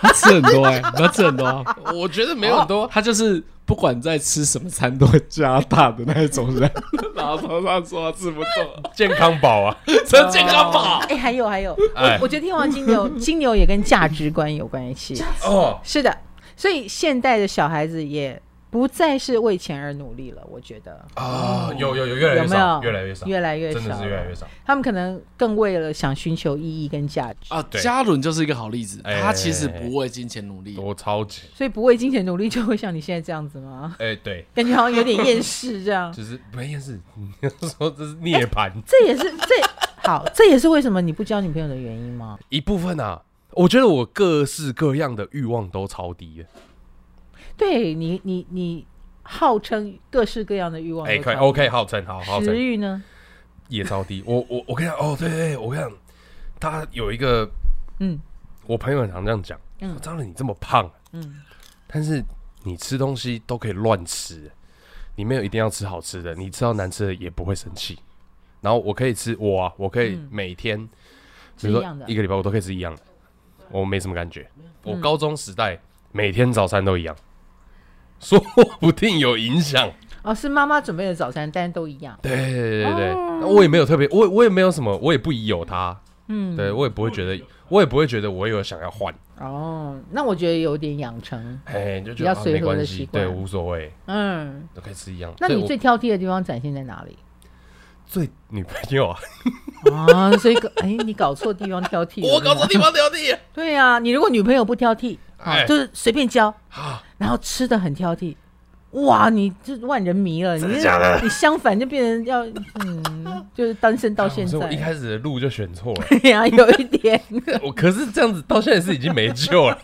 Speaker 4: 他吃很多哎，他吃很多啊，
Speaker 2: 我觉得 没有很多，
Speaker 4: 他就是不管在吃什么餐都会加大的那一种 人。然后他说他吃不 动，
Speaker 2: 健康宝啊，
Speaker 4: 吃健康宝。
Speaker 1: 哎，还有还有，
Speaker 2: 哎
Speaker 1: 我我觉得天王金 牛，金牛也跟价值观有关系。
Speaker 2: 哦，
Speaker 1: 是的，所以现代的小孩子也不再是为钱而努力了，我觉得
Speaker 2: 啊，有有有，越
Speaker 1: 哦
Speaker 2: 来
Speaker 1: 有
Speaker 2: 越
Speaker 1: 没
Speaker 2: 少，
Speaker 1: 有？
Speaker 2: 越来越少，
Speaker 1: 越来越少，
Speaker 2: 真的是越来越。少。
Speaker 1: 他们可能更为了想寻求意义跟价值，
Speaker 4: 啊，
Speaker 2: 对
Speaker 4: 嘉伦就是一个好例子，
Speaker 2: 哎
Speaker 4: 他其实不为金钱努力，
Speaker 2: 我超级，
Speaker 1: 所以不为金钱努力，就会像你现在这样子 吗？
Speaker 2: 哎、对，
Speaker 1: 感觉好像有点厌世这样。
Speaker 2: 就是没件事，你 要说这是涅槃。
Speaker 1: 这也是这好，这也是为什么你不交女朋友的原因吗？
Speaker 2: 一部分啊，我觉得我各式各样的欲望都超低的。
Speaker 1: 对你，你你号称各式各样的欲望都
Speaker 2: 哎、
Speaker 1: 超低，
Speaker 2: 可以 OK，好称好好
Speaker 1: 食
Speaker 2: 称
Speaker 1: 欲呢？
Speaker 2: 也超低。我我我跟你讲，哦，对对对，我跟你讲，他有一个，
Speaker 1: 嗯，
Speaker 2: 我朋友很常这样讲，
Speaker 1: 嗯
Speaker 2: 嗯，张伦你这么胖，
Speaker 1: 嗯
Speaker 2: 嗯，但是你吃东西都可以乱吃，你没有一定要吃好吃的，你吃到难吃的也不会生气。然后我可以吃我啊，我可以
Speaker 1: 嗯
Speaker 2: 每天，比
Speaker 1: 吃
Speaker 2: 如
Speaker 1: 一
Speaker 2: 说
Speaker 1: 样的嗯
Speaker 2: 一个礼拜我都可以吃一样的，我没什么感觉。我高中时代每天早餐都一样，说不定有影响。
Speaker 1: 哦，是妈妈准备的早餐，但都一样。
Speaker 2: 对对对对，那我也没有特别，我我也没有什么，我也不疑有他，
Speaker 1: 嗯，
Speaker 2: 对我也不会觉得，我也不会觉得我有想要换，
Speaker 1: 哦，那我觉得有点养成。
Speaker 2: 哎，就
Speaker 1: 比
Speaker 2: 觉
Speaker 1: 较
Speaker 2: 得、啊、
Speaker 1: 随和
Speaker 2: 没
Speaker 1: 的
Speaker 2: 关
Speaker 1: 习
Speaker 2: 系，
Speaker 1: 惯
Speaker 2: 对，无所谓，
Speaker 1: 嗯，
Speaker 2: 都可以吃一样。
Speaker 1: 那
Speaker 2: 所以
Speaker 1: 你
Speaker 2: 我
Speaker 1: 最挑剔的地方展现在哪 里？
Speaker 2: 最女朋友啊，
Speaker 1: 啊，所以搞哎，你搞错地方挑剔了。
Speaker 2: 我搞错地方挑剔，
Speaker 1: 对呀、你如果女朋友不挑剔，啊，
Speaker 2: 哎
Speaker 1: 就是随便交，
Speaker 2: 啊
Speaker 1: 然后吃的很挑剔，哇，你这万人迷了，你
Speaker 2: 真的
Speaker 1: 这
Speaker 2: 假的
Speaker 1: 你相反就变成要，嗯，就是单身到现
Speaker 2: 所以哎我一
Speaker 1: 在，
Speaker 2: 开始的路就选错了，
Speaker 1: 对呀、啊有一点
Speaker 2: 我可是这样子到现在是已经没救了。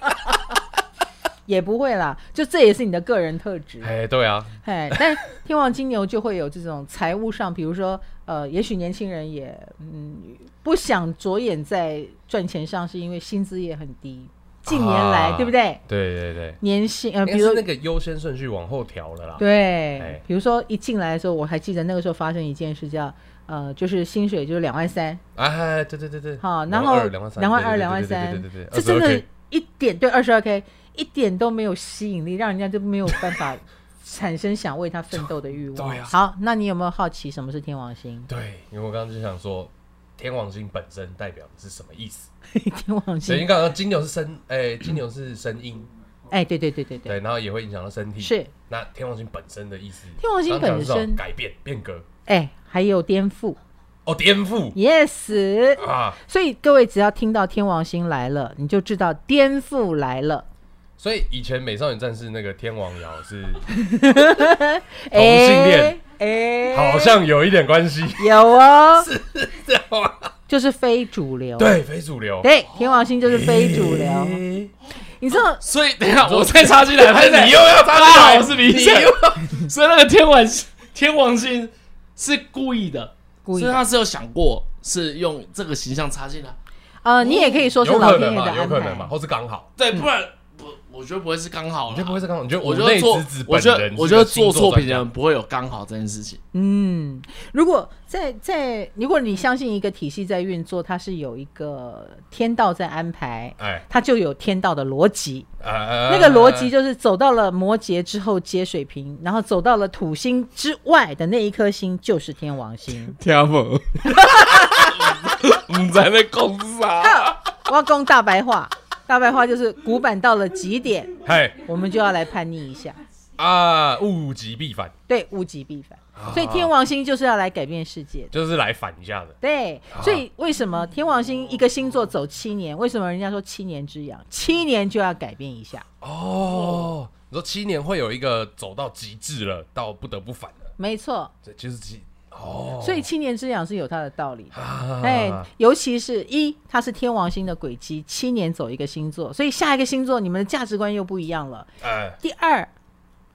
Speaker 1: 也不会啦，就这也是你的个人特质，
Speaker 2: 哎，对啊，
Speaker 1: 哎，但天王金牛就会有这种财务上，比如说，呃，也许年轻人也，嗯，不想着眼在赚钱上，是因为薪资也很低，近年来，
Speaker 2: 啊
Speaker 1: 对不对？
Speaker 2: 对对对，
Speaker 1: 年薪，呃，
Speaker 2: 应
Speaker 1: 比如
Speaker 2: 该是
Speaker 1: 说
Speaker 2: 那个优先顺序往后调了啦。
Speaker 1: 对
Speaker 2: 哎，
Speaker 1: 比如说一进来的时候，我还记得那个时候发生一件事叫。呃，就是薪水就是两万三，
Speaker 2: 哎，对对对对，
Speaker 1: 好，然
Speaker 2: 两
Speaker 1: 后
Speaker 2: 万二两万三，
Speaker 1: 两万二、
Speaker 2: 对
Speaker 1: 两万三
Speaker 2: 对对对对，对，
Speaker 1: 这真
Speaker 2: 22K
Speaker 1: 的一点对二十二 k 一点都没有吸引力，让人家就没有办法产生想为他奋斗的欲望
Speaker 2: 对。啊
Speaker 1: 好，那你有没有好奇什么是天王星？
Speaker 2: 对，因为我刚刚就想说，天王星本身代表的是什么意思？
Speaker 1: 天王
Speaker 2: 所
Speaker 1: 星
Speaker 2: 以你，刚刚金牛是身，哎，金牛是声音，
Speaker 1: 哎，对对对对对，
Speaker 2: 对，然后也会影响到身体。
Speaker 1: 是，
Speaker 2: 那天王星本身的意思，
Speaker 1: 天王星
Speaker 2: 刚刚讲的是
Speaker 1: 本身
Speaker 2: 哦改变、变革，
Speaker 1: 哎，还有颠覆
Speaker 2: 哦，颠覆
Speaker 1: ，yes。
Speaker 2: 啊！
Speaker 1: 所以各位只要听到天王星来了，你就知道颠覆来了。
Speaker 2: 所以以前美少女战士那个天王瑶 是
Speaker 1: 同
Speaker 2: 同性恋，
Speaker 1: 哎，
Speaker 2: 好像有一点关系，
Speaker 1: 有 哦，
Speaker 2: 知道吗？
Speaker 1: 就是非主流。
Speaker 2: 对，哎非主流，
Speaker 1: 对，天王星就是非主流。
Speaker 2: 诶
Speaker 1: 你知
Speaker 2: 哦
Speaker 1: 道，
Speaker 4: 所以等一下我再插 进来，
Speaker 2: 但
Speaker 4: 拍
Speaker 2: 是
Speaker 4: 谁
Speaker 2: 你又要插进
Speaker 4: 啊
Speaker 2: 来，
Speaker 4: 我是理解
Speaker 2: 你又
Speaker 4: 所以那个天王星天王星是故意的，
Speaker 1: 故意
Speaker 4: 所以
Speaker 1: 的
Speaker 4: 他是有想过是用这个形象插进来，
Speaker 1: 呃，你也可以说是
Speaker 2: 有
Speaker 1: 老
Speaker 2: 可
Speaker 1: 天
Speaker 2: 能
Speaker 1: 爷的
Speaker 2: 嘛？有
Speaker 1: 安
Speaker 2: 可能嘛？
Speaker 1: 排。
Speaker 2: 或是刚好，
Speaker 4: 对，不
Speaker 1: 嗯
Speaker 4: 然不，我觉得不会是刚
Speaker 2: 你
Speaker 4: 好啦
Speaker 2: 觉得不会是刚好？你觉得
Speaker 4: 我觉
Speaker 2: 内
Speaker 4: 得做
Speaker 2: 之子，
Speaker 4: 我
Speaker 2: 本
Speaker 4: 觉
Speaker 2: 人
Speaker 4: 得
Speaker 2: 是
Speaker 4: 我觉得
Speaker 2: 个星
Speaker 4: 做
Speaker 2: 座
Speaker 4: 错
Speaker 2: 专
Speaker 4: 别
Speaker 2: 家
Speaker 4: 人不会有刚好这件事情。
Speaker 1: 嗯，如果在在，如果你相信一个体系在运作，它是有一个天道在安排，
Speaker 2: 哎，
Speaker 1: 它就有天道的逻辑。
Speaker 2: 那
Speaker 1: 那个逻辑就是走到了摩羯之后接水瓶，然后走到了土星之外的那一颗星就是天王 星。
Speaker 2: 啊
Speaker 4: 天赋，你在那攻杀，
Speaker 1: 我要讲大白话，大白话就是古板到了极点，
Speaker 2: 嗨
Speaker 1: 我们就要来叛逆一下。
Speaker 2: 啊，物极必反，
Speaker 1: 对，物极必反。
Speaker 2: 啊
Speaker 1: 所以天王星就是要来改变世界的。
Speaker 2: 就是来反一下的。
Speaker 1: 对，所以为什么天王星一个星座走七年？为什么人家说七年之痒？七年就要改变一下，
Speaker 2: 哦，你说七年会有一个走到极致了，到不得不反了，
Speaker 1: 没错。
Speaker 2: 这就是七哦。
Speaker 1: 所以七年之痒是有它的道理的。
Speaker 2: 啊，
Speaker 1: 哎，尤其是一，它是天王星的轨迹，七年走一个星座，所以下一个星座你们的价值观又不一样了。
Speaker 2: 哎，
Speaker 1: 第二，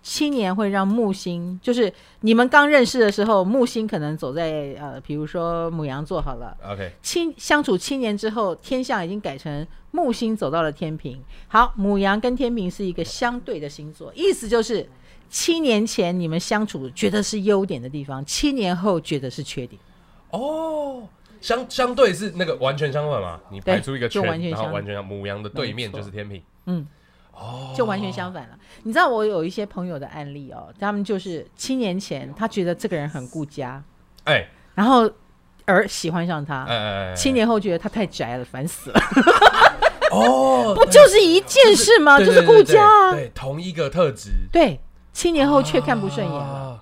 Speaker 1: 七年会让木星，就是你们刚认识的时候，木星可能走在呃，比如说母羊座好了。
Speaker 2: OK，
Speaker 1: 七相处七年之后，天象已经改成木星走到了天平。好，母羊跟天平是一个相对的星座，意思就是七年前你们相处觉得是优点的地方，七年后觉得是缺点。
Speaker 2: 哦。相相对是那个完全相反嘛，你排出一个
Speaker 1: 对
Speaker 2: 圈
Speaker 1: 就完全，
Speaker 2: 然
Speaker 1: 相
Speaker 2: 后
Speaker 1: 反
Speaker 2: 完全相母羊的对面就是天平，
Speaker 1: 嗯，
Speaker 2: 哦，
Speaker 1: 就完全相反了。你知道我有一些朋友的案例哦，他们就是七年前他觉得这个人很顾家，
Speaker 2: 哎
Speaker 1: 然后而喜欢上
Speaker 2: 哎
Speaker 1: 他，
Speaker 2: 哎哎，哎
Speaker 1: 七年后觉得他太宅了，烦死了。
Speaker 2: 哦，
Speaker 1: 不就是一件事吗？
Speaker 2: 对
Speaker 1: 就
Speaker 2: 对
Speaker 1: 是顾家啊，
Speaker 2: 对对对同一个特质，
Speaker 1: 对，七年后却看不顺眼了。
Speaker 2: 啊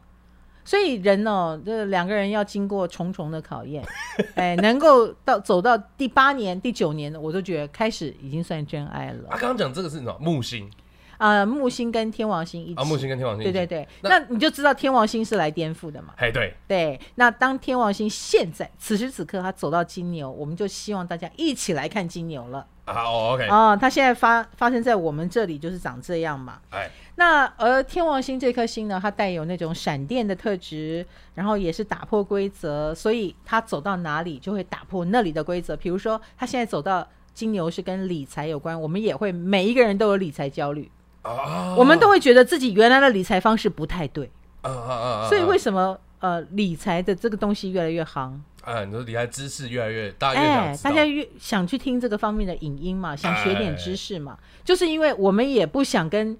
Speaker 1: 所以人哦，这两个人要经过重重的考验， 哎，能够到走到第八年、第九年，我都觉得开始已经算真爱
Speaker 2: 啊，
Speaker 1: 了。
Speaker 2: 刚刚讲这个是什么？木星
Speaker 1: 啊，木星跟天王星一起，
Speaker 2: 啊，木星跟天王星，
Speaker 1: 对对，对，那
Speaker 2: 那
Speaker 1: 你就知道天王星是来颠覆的嘛。
Speaker 2: 哎对，
Speaker 1: 对，那当天王星现在此时此刻他走到金牛，我们就希望大家一起来看金牛了
Speaker 2: 啊哦 OK，
Speaker 1: 啊、他现在发发生在我们这里就是长这样嘛。
Speaker 2: 哎
Speaker 1: 那而天王星这颗星呢，它带有那种闪电的特质，然后也是打破规则，所以它走到哪里就会打破那里的规则。比如说，它现在走到金牛是跟理财有关，我们也会每一个人都有理财焦虑，
Speaker 2: 啊，
Speaker 1: 我们都会觉得自己原来的理财方式不太对，
Speaker 2: 啊啊啊啊，
Speaker 1: 所以为什么呃理财的这个东西越来越夯？
Speaker 2: 啊，你说理财知识越来越大，越
Speaker 1: 哎
Speaker 2: 想，知
Speaker 1: 大
Speaker 2: 道哎
Speaker 1: 家越想去听这个方面的影音嘛，想学点知识嘛，就是因为我们也不想跟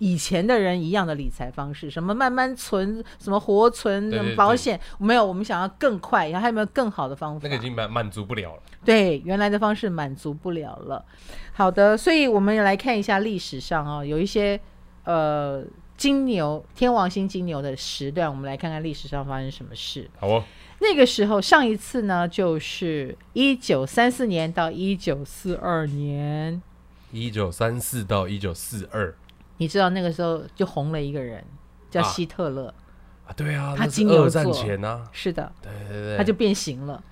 Speaker 1: 以前的人一样的理财方式，什么慢慢存，什么活存，
Speaker 2: 对
Speaker 1: 什
Speaker 2: 对
Speaker 1: 么
Speaker 2: 对
Speaker 1: 保险，没有，我们想要更快，然后还有没有更好的方法？
Speaker 2: 那个已经满满足不了了。
Speaker 1: 对原来的方式满足不了了。好的，所以我们来看一下历史上哦，有一些呃金牛天王星金牛的时段，我们来看看历史上发生什么事。
Speaker 2: 好哦，
Speaker 1: 那个时候，上一次呢就是一九三四年到一九四二年，
Speaker 2: 一九三四到一九四二
Speaker 1: 你知道那个时候就红了一个人，叫
Speaker 2: 啊
Speaker 1: 希特勒。
Speaker 2: 啊，对啊，
Speaker 1: 他
Speaker 2: 那是
Speaker 1: 金牛
Speaker 2: 二战
Speaker 1: 座
Speaker 2: 前啊，
Speaker 1: 是的，
Speaker 2: 对对对，
Speaker 1: 他就变形了。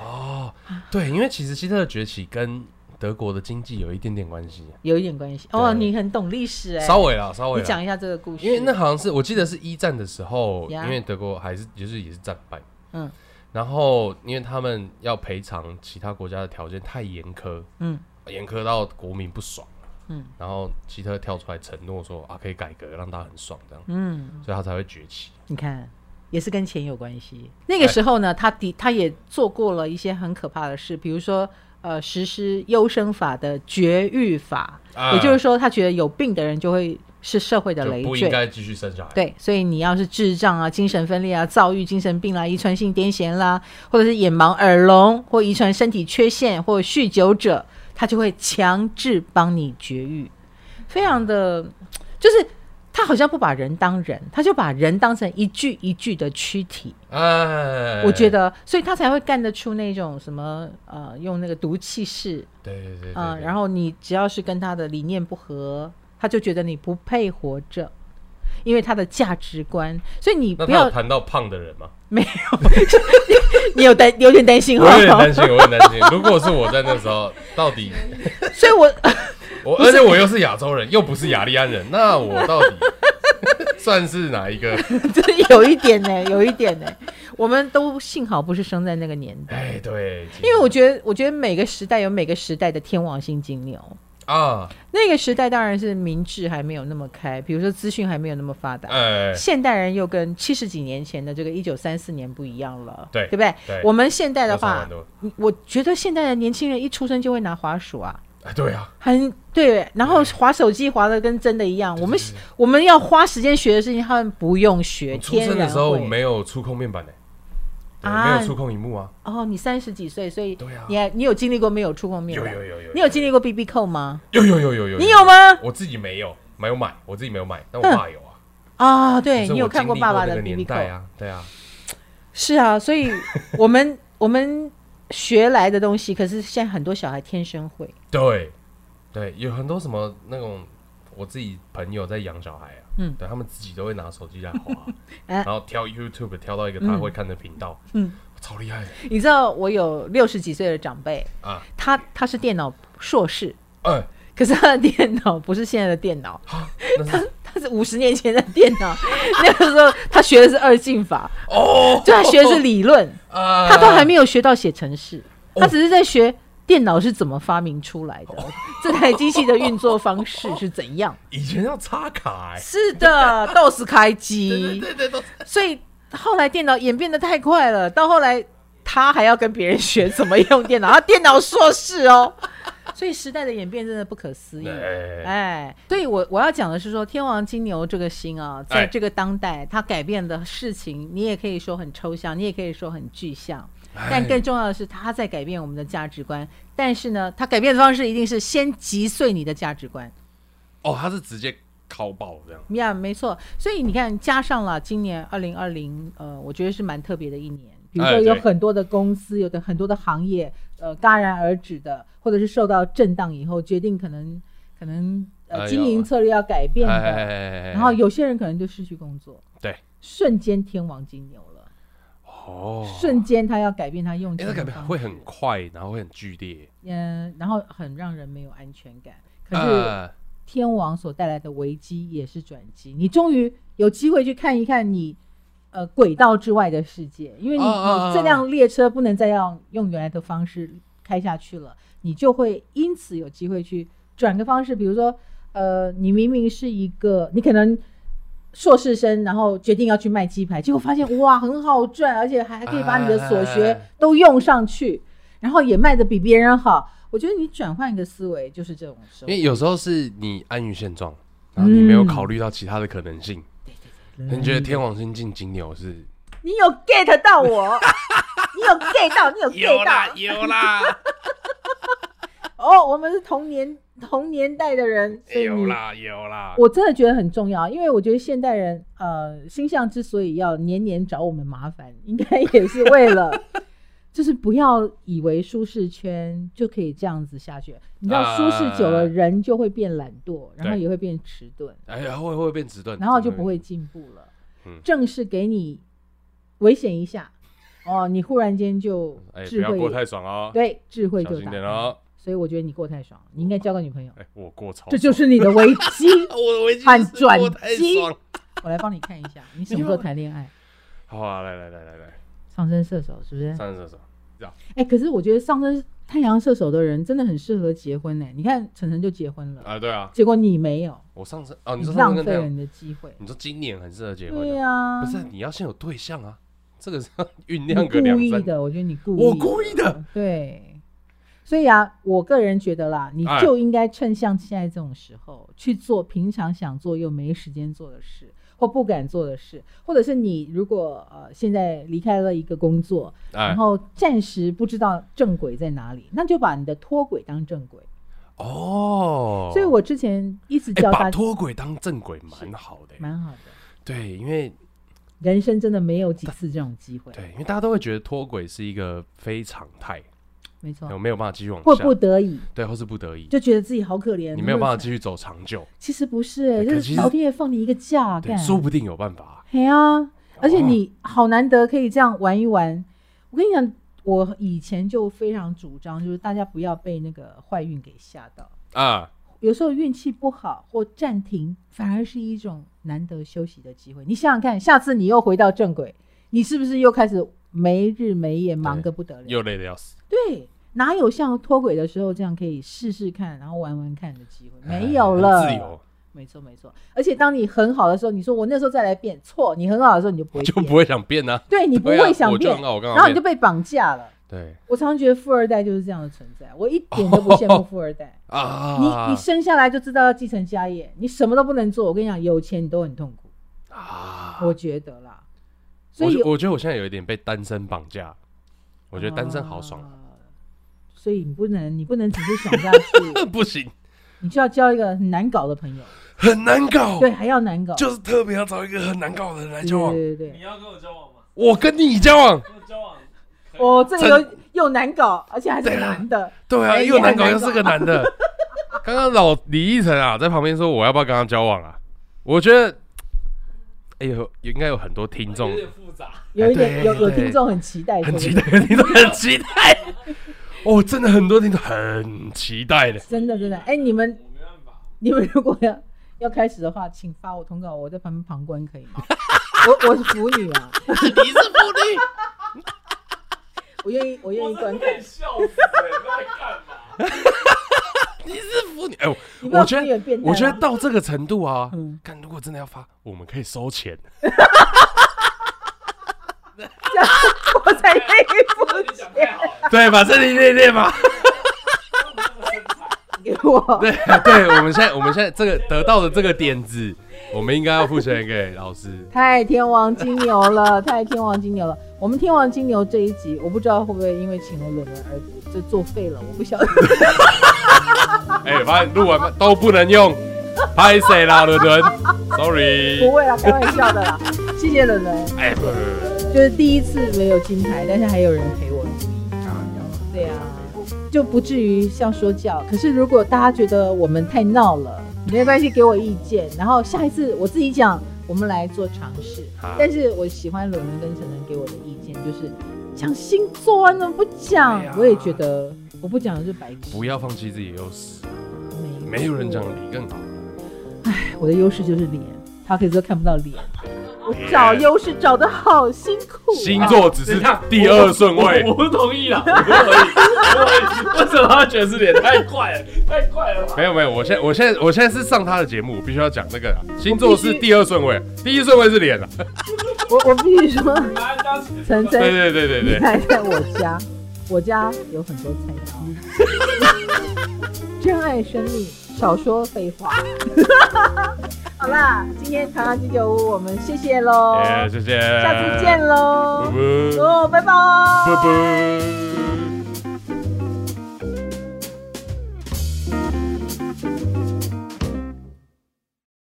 Speaker 2: 哦，对，因为其实希特勒崛起跟德国的经济有一点点关系，
Speaker 1: 有一点关系哦，
Speaker 2: 对
Speaker 1: 你很懂历史哎、
Speaker 2: 稍微啦，稍微
Speaker 1: 你
Speaker 2: 啦。
Speaker 1: 讲一下这个故事。
Speaker 2: 因为那好像是我记得是一战的时候，
Speaker 1: 呀
Speaker 2: 因为德国还是就是也是战败，
Speaker 1: 嗯
Speaker 2: 然后因为他们要赔偿其他国家的条件太严苛，
Speaker 1: 嗯
Speaker 2: 严苛到国民不爽，
Speaker 1: 嗯
Speaker 2: 然后希特勒跳出来承诺说啊可以改革，让大家很爽这样，
Speaker 1: 嗯，
Speaker 2: 所以他才会崛起。
Speaker 1: 你看也是跟钱有关系。那个时候呢，他的他也做过了一些很可怕的事，比如说呃，实施优生法的绝育法，
Speaker 2: 啊
Speaker 1: 也就是说，他觉得有病的人就会是社会的
Speaker 2: 就
Speaker 1: 累
Speaker 2: 不应
Speaker 1: 赘。
Speaker 2: 该继续生小孩。
Speaker 1: 对，所以你要是智障啊、精神分裂啊、躁郁、精神病啦、遗传性癫痫啦，或者是眼盲、耳聋或遗传身体缺陷或酗酒者，他就会强制帮你绝育，非常的，就是他好像不把人当人，他就把人当成一具一具的躯体。
Speaker 2: 哎，
Speaker 1: 我觉得，所以他才会干得出那种什么呃，用那个毒气室
Speaker 2: 对对对对
Speaker 1: 啊、然
Speaker 2: 后
Speaker 1: 后你只要是跟他的理念不合，他就觉得你不配活着，因为他的价值观。所以你
Speaker 2: 那
Speaker 1: 不
Speaker 2: 他有
Speaker 1: 要，
Speaker 2: 谈到胖的人吗？
Speaker 1: 你有担有点担心
Speaker 2: 我 有点
Speaker 1: 哈。
Speaker 2: 担心，我有点担心。如果是我在那时候，到底
Speaker 1: 所以我
Speaker 2: 我而且我又是亚洲人，又不是雅利安人，那我 到底算是哪一个？
Speaker 1: 真的有一点呢、有一点呢、我们都幸好不是生在那个年代，
Speaker 2: 哎，对，
Speaker 1: 因为我觉得，我觉得每个时代有每个时代的天王星金牛。
Speaker 2: 啊，
Speaker 1: 那个时代当然是明智还没有那么开，比如说资讯还没有那么发达，
Speaker 2: 哎，
Speaker 1: 现代人又跟七十几年前的这个一九三四年不一样了，
Speaker 2: 对
Speaker 1: 对不对？
Speaker 2: 对
Speaker 1: 我们现代的话
Speaker 2: 多少万，多
Speaker 1: 你我觉得现在的年轻人一出生就会拿滑鼠啊，
Speaker 2: 哎，对啊，
Speaker 1: 很对，然后滑手机滑的跟真的一样。我们我们要花时间学的事情，他们不用学，
Speaker 2: 我出
Speaker 1: 天
Speaker 2: 生的
Speaker 1: 然
Speaker 2: 时候
Speaker 1: 会。
Speaker 2: 没有触控面板的，对
Speaker 1: 啊
Speaker 2: 没有触控荧幕啊，
Speaker 1: 哦，你三十几岁，所以
Speaker 2: 对啊
Speaker 1: 你还你有经历过没有触碰面
Speaker 2: 有
Speaker 1: 板？
Speaker 2: 有有有，
Speaker 1: 你有经历过 BB 扣吗？
Speaker 2: 有有有有有，
Speaker 1: 你有？吗？
Speaker 2: 我自己没有，没有买，我自己没有买，但我
Speaker 1: 嗯
Speaker 2: 爸有啊。
Speaker 1: 啊，
Speaker 2: 可
Speaker 1: 对
Speaker 2: 是
Speaker 1: 你有
Speaker 2: 我
Speaker 1: 看
Speaker 2: 经
Speaker 1: 过
Speaker 2: 历
Speaker 1: 爸爸
Speaker 2: 那
Speaker 1: 的
Speaker 2: 个
Speaker 1: BB
Speaker 2: 年
Speaker 1: 扣？
Speaker 2: 代啊？对啊，
Speaker 1: 是啊，所 以我们我们学来的东西，可是现在很多小孩天生会。
Speaker 2: 对，对，有很多什么那种我自己朋友在养小孩啊，
Speaker 1: 嗯，
Speaker 2: 对他们自己都会拿手机来滑 然后挑 YouTube 挑到一个他会看的频道，
Speaker 1: 嗯，
Speaker 2: 超厉害的
Speaker 1: 你知道我有六十几岁的长辈，
Speaker 2: 啊，
Speaker 1: 他他是电脑硕士，
Speaker 2: 哎，
Speaker 1: 可是他的电脑不是现在的电脑，
Speaker 2: 那是
Speaker 1: 他是五十年前的电脑。 那个时候他学的是二进法，
Speaker 2: 哦，
Speaker 1: 就他学的 是理论，
Speaker 2: 啊，
Speaker 1: 他都还没有学到写程式，
Speaker 2: 哦
Speaker 1: 他只是在学电脑是怎么发明出来的，这台机器的运作方式是怎样。
Speaker 2: 以前要插卡，哎，
Speaker 1: 是 的，豆是开机。
Speaker 2: 对对对，都
Speaker 1: 所以后来电脑演变得太快了，到后来他还要跟别人学怎么用电脑，他电脑硕士 哦。所以时代的演变真的不可思议。
Speaker 2: 哎，
Speaker 1: 哎，所以我我要讲的是说，天王金牛这个星啊，在
Speaker 2: 哎
Speaker 1: 这个当代，它改变的事情，你也可以说很抽象，你也可以说很具象，
Speaker 2: 哎
Speaker 1: 但更重要的是，它在改变我们的价值观。但是呢，它改变的方式一定是先击碎你的价值观。
Speaker 2: 哦，他是直接敲爆这样，
Speaker 1: 呀没错。所以你看，加上了今年二零二零，呃，我觉得是蛮特别的一年。比如
Speaker 2: 哎
Speaker 1: 说，有
Speaker 2: 对
Speaker 1: 很多的公司，有的很多的行业，呃，戛然而止的，或者是受到震荡以后，决定可能可能呃
Speaker 2: 哎
Speaker 1: 经营
Speaker 2: 有
Speaker 1: 策略要改变的。
Speaker 2: 哎，
Speaker 1: 然后有些人可能就失去工作，
Speaker 2: 对，
Speaker 1: 瞬间天王金牛了，
Speaker 2: 哦，
Speaker 1: 瞬间他要改变他用
Speaker 2: 哎，
Speaker 1: 钱
Speaker 2: 那
Speaker 1: 的
Speaker 2: 改
Speaker 1: 方式，
Speaker 2: 变会很快，然后会很剧烈，
Speaker 1: 嗯、然后很让人没有安全感。可是
Speaker 2: 啊，
Speaker 1: 天王所带来的危机也是转机，你终于有机会去看一看你呃轨道之外的世界，因为你
Speaker 2: 啊啊啊
Speaker 1: 你这辆列车不能再要用原来的方式开下去了，你就会因此有机会去转个方式，比如说呃，你明明是一个你可能。硕士生，然后决定要去卖鸡排，结果发现哇，很好赚，而且还还可以把你的所学都用上去，然后也卖的比别人好。我觉得你转换一个思维就是这种生活。
Speaker 2: 因为有时候是你安于现状，然后你没有
Speaker 1: 嗯
Speaker 2: 考虑到其他的可能性，你觉得天王星进金牛是
Speaker 1: 你有 get 到我，你有 get 到，你有 get 到。
Speaker 2: 有啦
Speaker 1: 哦，我们是同年同年代的人，所以你
Speaker 2: 啦哎有啦
Speaker 1: 我真的觉得很重要，因为我觉得现代人呃，星象之所以要年年找我们麻烦， 应该也是为 了，就是不要以为舒适圈就可以这样子下去。你知道，舒适久了，
Speaker 2: 啊
Speaker 1: 人就会变懒惰，然后
Speaker 2: 对
Speaker 1: 也会变迟钝，
Speaker 2: 哎呀会会变迟钝，
Speaker 1: 然后就
Speaker 2: 真的
Speaker 1: 不会进步了
Speaker 2: 嗯。
Speaker 1: 正是给你危险一下，哦，你忽然间就
Speaker 2: 哎不
Speaker 1: 智
Speaker 2: 要
Speaker 1: 慧
Speaker 2: 过太爽哦，，
Speaker 1: 对智慧
Speaker 2: 小
Speaker 1: 就
Speaker 2: 心
Speaker 1: 打
Speaker 2: 点
Speaker 1: 开。
Speaker 2: 哦，
Speaker 1: 所以我觉得你过太爽，你应该交个女朋友，
Speaker 2: 哎我过超，
Speaker 1: 这就是你的危机。
Speaker 2: 我的围巾
Speaker 1: 反
Speaker 2: 是
Speaker 1: 转
Speaker 2: 过太
Speaker 1: 机
Speaker 2: 爽，
Speaker 1: 我来帮你看一下，你什么时候谈恋爱？
Speaker 2: 好啊来来来来来
Speaker 1: 上升射手是不是？
Speaker 2: 上厕所，
Speaker 1: 哎、可是我觉得上升太阳射手的人真的很适合结婚呢、你看晨晨就结婚了，
Speaker 2: 啊对啊，
Speaker 1: 结果你没有，
Speaker 2: 我上次哦你
Speaker 1: 你
Speaker 2: 说上
Speaker 1: 浪
Speaker 2: 次跟
Speaker 1: 费
Speaker 2: 太
Speaker 1: 了
Speaker 2: 阳，
Speaker 1: 你的机会。
Speaker 2: 你说今年很适合结婚啊
Speaker 1: 对呀、
Speaker 2: 不是你要先有对象啊，这个是要
Speaker 1: 你
Speaker 2: 酝酿个两
Speaker 1: 故意
Speaker 2: 三，
Speaker 1: 的，我觉得你故意，
Speaker 2: 我故意的，
Speaker 1: 对。所以啊，我个人觉得啦，你
Speaker 2: 哎
Speaker 1: 就应该趁像现在这种时候去做平常想做又没时间做的事，或不敢做的事，或者是你如果呃现在离开了一个工作，
Speaker 2: 哎
Speaker 1: 然后暂时不知道正轨在哪里，那就把你的脱轨当正轨。
Speaker 2: 哦，
Speaker 1: 所以我之前一直
Speaker 2: 哎
Speaker 1: 教
Speaker 2: 把
Speaker 1: 大家，
Speaker 2: 脱轨当正轨蛮好的，欸
Speaker 1: 蛮好的，
Speaker 2: 对，因为
Speaker 1: 人生真的没有几次这种机会，
Speaker 2: 对，因为大家都会觉得脱轨是一个非常态，
Speaker 1: 没
Speaker 2: 我
Speaker 1: 错，
Speaker 2: 没有办法继续往
Speaker 1: 迫
Speaker 2: 下
Speaker 1: 不，得已
Speaker 2: 对，或是不得已，
Speaker 1: 就觉得自己好可怜，
Speaker 2: 你没有办法
Speaker 1: 怎
Speaker 2: 继
Speaker 1: 么
Speaker 2: 续走长久，
Speaker 1: 会。其实不是、欸，
Speaker 2: 对
Speaker 1: 就
Speaker 2: 可其
Speaker 1: 是
Speaker 2: 实
Speaker 1: 老天爷放你一个假，
Speaker 2: 对，
Speaker 1: 干，
Speaker 2: 说不定有办法。
Speaker 1: 嘿啊！而
Speaker 2: 哦
Speaker 1: 且你好难得可以这样玩一玩。我跟你讲，我以前就非常主张，就是大家不要被那个坏运给吓到。
Speaker 2: 啊，
Speaker 1: 有时候运气不好或暂停，反而是一种难得休息的机会。你想想看，下次你又回到正轨，你是不是又开始没日没夜忙个不得了？
Speaker 2: 又累得要死，
Speaker 1: 对，哪有像脱轨的时候这样可以试试看，然后玩玩看的机会？
Speaker 2: 哎
Speaker 1: 没有了，
Speaker 2: 自由
Speaker 1: 没错没错。而且当你很好的时候，你说我那时候再来变，错，你很好的时候你就不会
Speaker 2: 就
Speaker 1: 变，
Speaker 2: 不会想变啊。
Speaker 1: 对你不
Speaker 2: 对啊
Speaker 1: 会想
Speaker 2: 我就
Speaker 1: 变，
Speaker 2: 很好，我刚
Speaker 1: 然后
Speaker 2: 好
Speaker 1: 你就被绑架了。
Speaker 2: 对
Speaker 1: 我常常觉得富二代就是这样的存在，我一点都不羡慕富二代。
Speaker 2: 啊，
Speaker 1: 你你生下来就知道要继承家业，你什么都不能做。我跟你讲，有钱你都很痛苦，
Speaker 2: 啊，
Speaker 1: 我觉得啦。所
Speaker 2: 我
Speaker 1: 以啊
Speaker 2: 觉
Speaker 1: 有
Speaker 2: 我觉得我现在有一点被单身绑架，我觉得单身好爽啊，
Speaker 1: 啊所以你不能，你不能只是想下去，
Speaker 2: 不行，
Speaker 1: 你就要交一个很难搞的朋友，
Speaker 2: 很难搞，
Speaker 1: 对，还要难搞，
Speaker 2: 就是特别要找一个很难搞的人来
Speaker 1: 对
Speaker 2: 交往。
Speaker 1: 对对
Speaker 3: 你
Speaker 1: 对
Speaker 3: 要跟我交往吗？
Speaker 2: 我跟你交往，
Speaker 3: 跟我交往可
Speaker 1: 对，
Speaker 3: 以，
Speaker 1: 哦，这个
Speaker 2: 真
Speaker 1: 又又难搞，而且还是
Speaker 2: 对啊
Speaker 1: 男的，
Speaker 2: 对啊，
Speaker 1: 哎
Speaker 2: 又难搞
Speaker 1: 也
Speaker 2: 又
Speaker 1: 很难搞
Speaker 2: 是个男的。 刚刚老李依晨啊，在旁边说我要不要跟他交往啊？我觉得，哎呦，应该有很多听众
Speaker 3: 有点复杂，
Speaker 1: 有一点
Speaker 2: 哎对
Speaker 1: 有有
Speaker 2: 对
Speaker 1: 听众很期待，
Speaker 2: 很
Speaker 1: 对
Speaker 2: 期
Speaker 1: 不
Speaker 2: 待
Speaker 1: 对，
Speaker 2: 听众很期 待。哦，真的很多听众很期待的。
Speaker 1: 真的真的，哎，你们
Speaker 3: 我没办法，
Speaker 1: 你们如果要要开始的话，请发我通告，我在旁边旁观可以 吗？我我是腐女啊，
Speaker 4: 你是不女，
Speaker 1: 我愿意我愿意
Speaker 3: 我真
Speaker 1: 观
Speaker 3: 的
Speaker 1: 看
Speaker 3: 被。笑死了，你在干嘛？
Speaker 2: 你是腐女，哎、我
Speaker 1: 你不要
Speaker 2: 我觉
Speaker 1: 说你有
Speaker 2: 得
Speaker 1: 变态吗
Speaker 2: 我觉得到这个程度啊
Speaker 1: 嗯，
Speaker 2: 看、如果真的要发，我们可以收钱。
Speaker 1: 我才愿意
Speaker 3: 那你讲太好了，
Speaker 2: 对，把身体练练嘛。
Speaker 3: 那么身材，
Speaker 1: 给我。
Speaker 2: 对对，我们现在我们现在这个得到的这个点子，我们应该要付钱给老师。
Speaker 1: 太天王金牛 了，太天王金牛了。我们天王金牛这一集，我不知道会不会因为请了伦伦而就作废了，我 不晓得。
Speaker 2: 哎、发现录完都不能用，拍谁啦，伦伦？Sorry
Speaker 1: 不。会啊啦，开玩笑的啦。谢谢伦伦，
Speaker 2: 哎、不不不
Speaker 1: 就是第一次没有金牌，但是还有人陪我。
Speaker 2: 不，开玩笑。
Speaker 1: 对啊，就不至于像说教。可是如果大家觉得我们太闹了， 没关系，给我意见。然后下一次我自己讲，我们来做尝试
Speaker 2: 好。
Speaker 1: 但是我喜欢伦伦跟陈晨给我的意见就是，讲星座啊，你怎么不讲？
Speaker 2: 对啊
Speaker 1: 我也觉得我不讲就是白痴。
Speaker 2: 不要放弃自己的优势，
Speaker 1: 错
Speaker 2: 没有人讲你更好。
Speaker 1: 我的优势就是脸，他可以都看不到脸。我找优势找的好辛苦、啊。
Speaker 2: 哎星座只 是第二顺位
Speaker 3: 我，我不同意啦，我不同意，我不同意为什么他觉得是脸太快了，太快了吧？
Speaker 2: 没有没有，我现在我现在我现在是上他的节目，我必须要讲那个啊星座是第二顺位，第一顺位是 脸啊。
Speaker 1: 我我必须说，
Speaker 3: 拿拿起
Speaker 1: 晨
Speaker 2: 对
Speaker 1: 晨，
Speaker 2: 对对对
Speaker 1: 你
Speaker 2: 对，
Speaker 1: 还在我家，我家有很多菜刀。珍爱生命，少说废话。 好啦，今天台湾鸡酒屋我们谢谢喽，
Speaker 2: 耶，谢谢，
Speaker 1: 哦下次见喽
Speaker 2: 拜，拜，
Speaker 1: 哦，拜拜。
Speaker 2: 拜拜。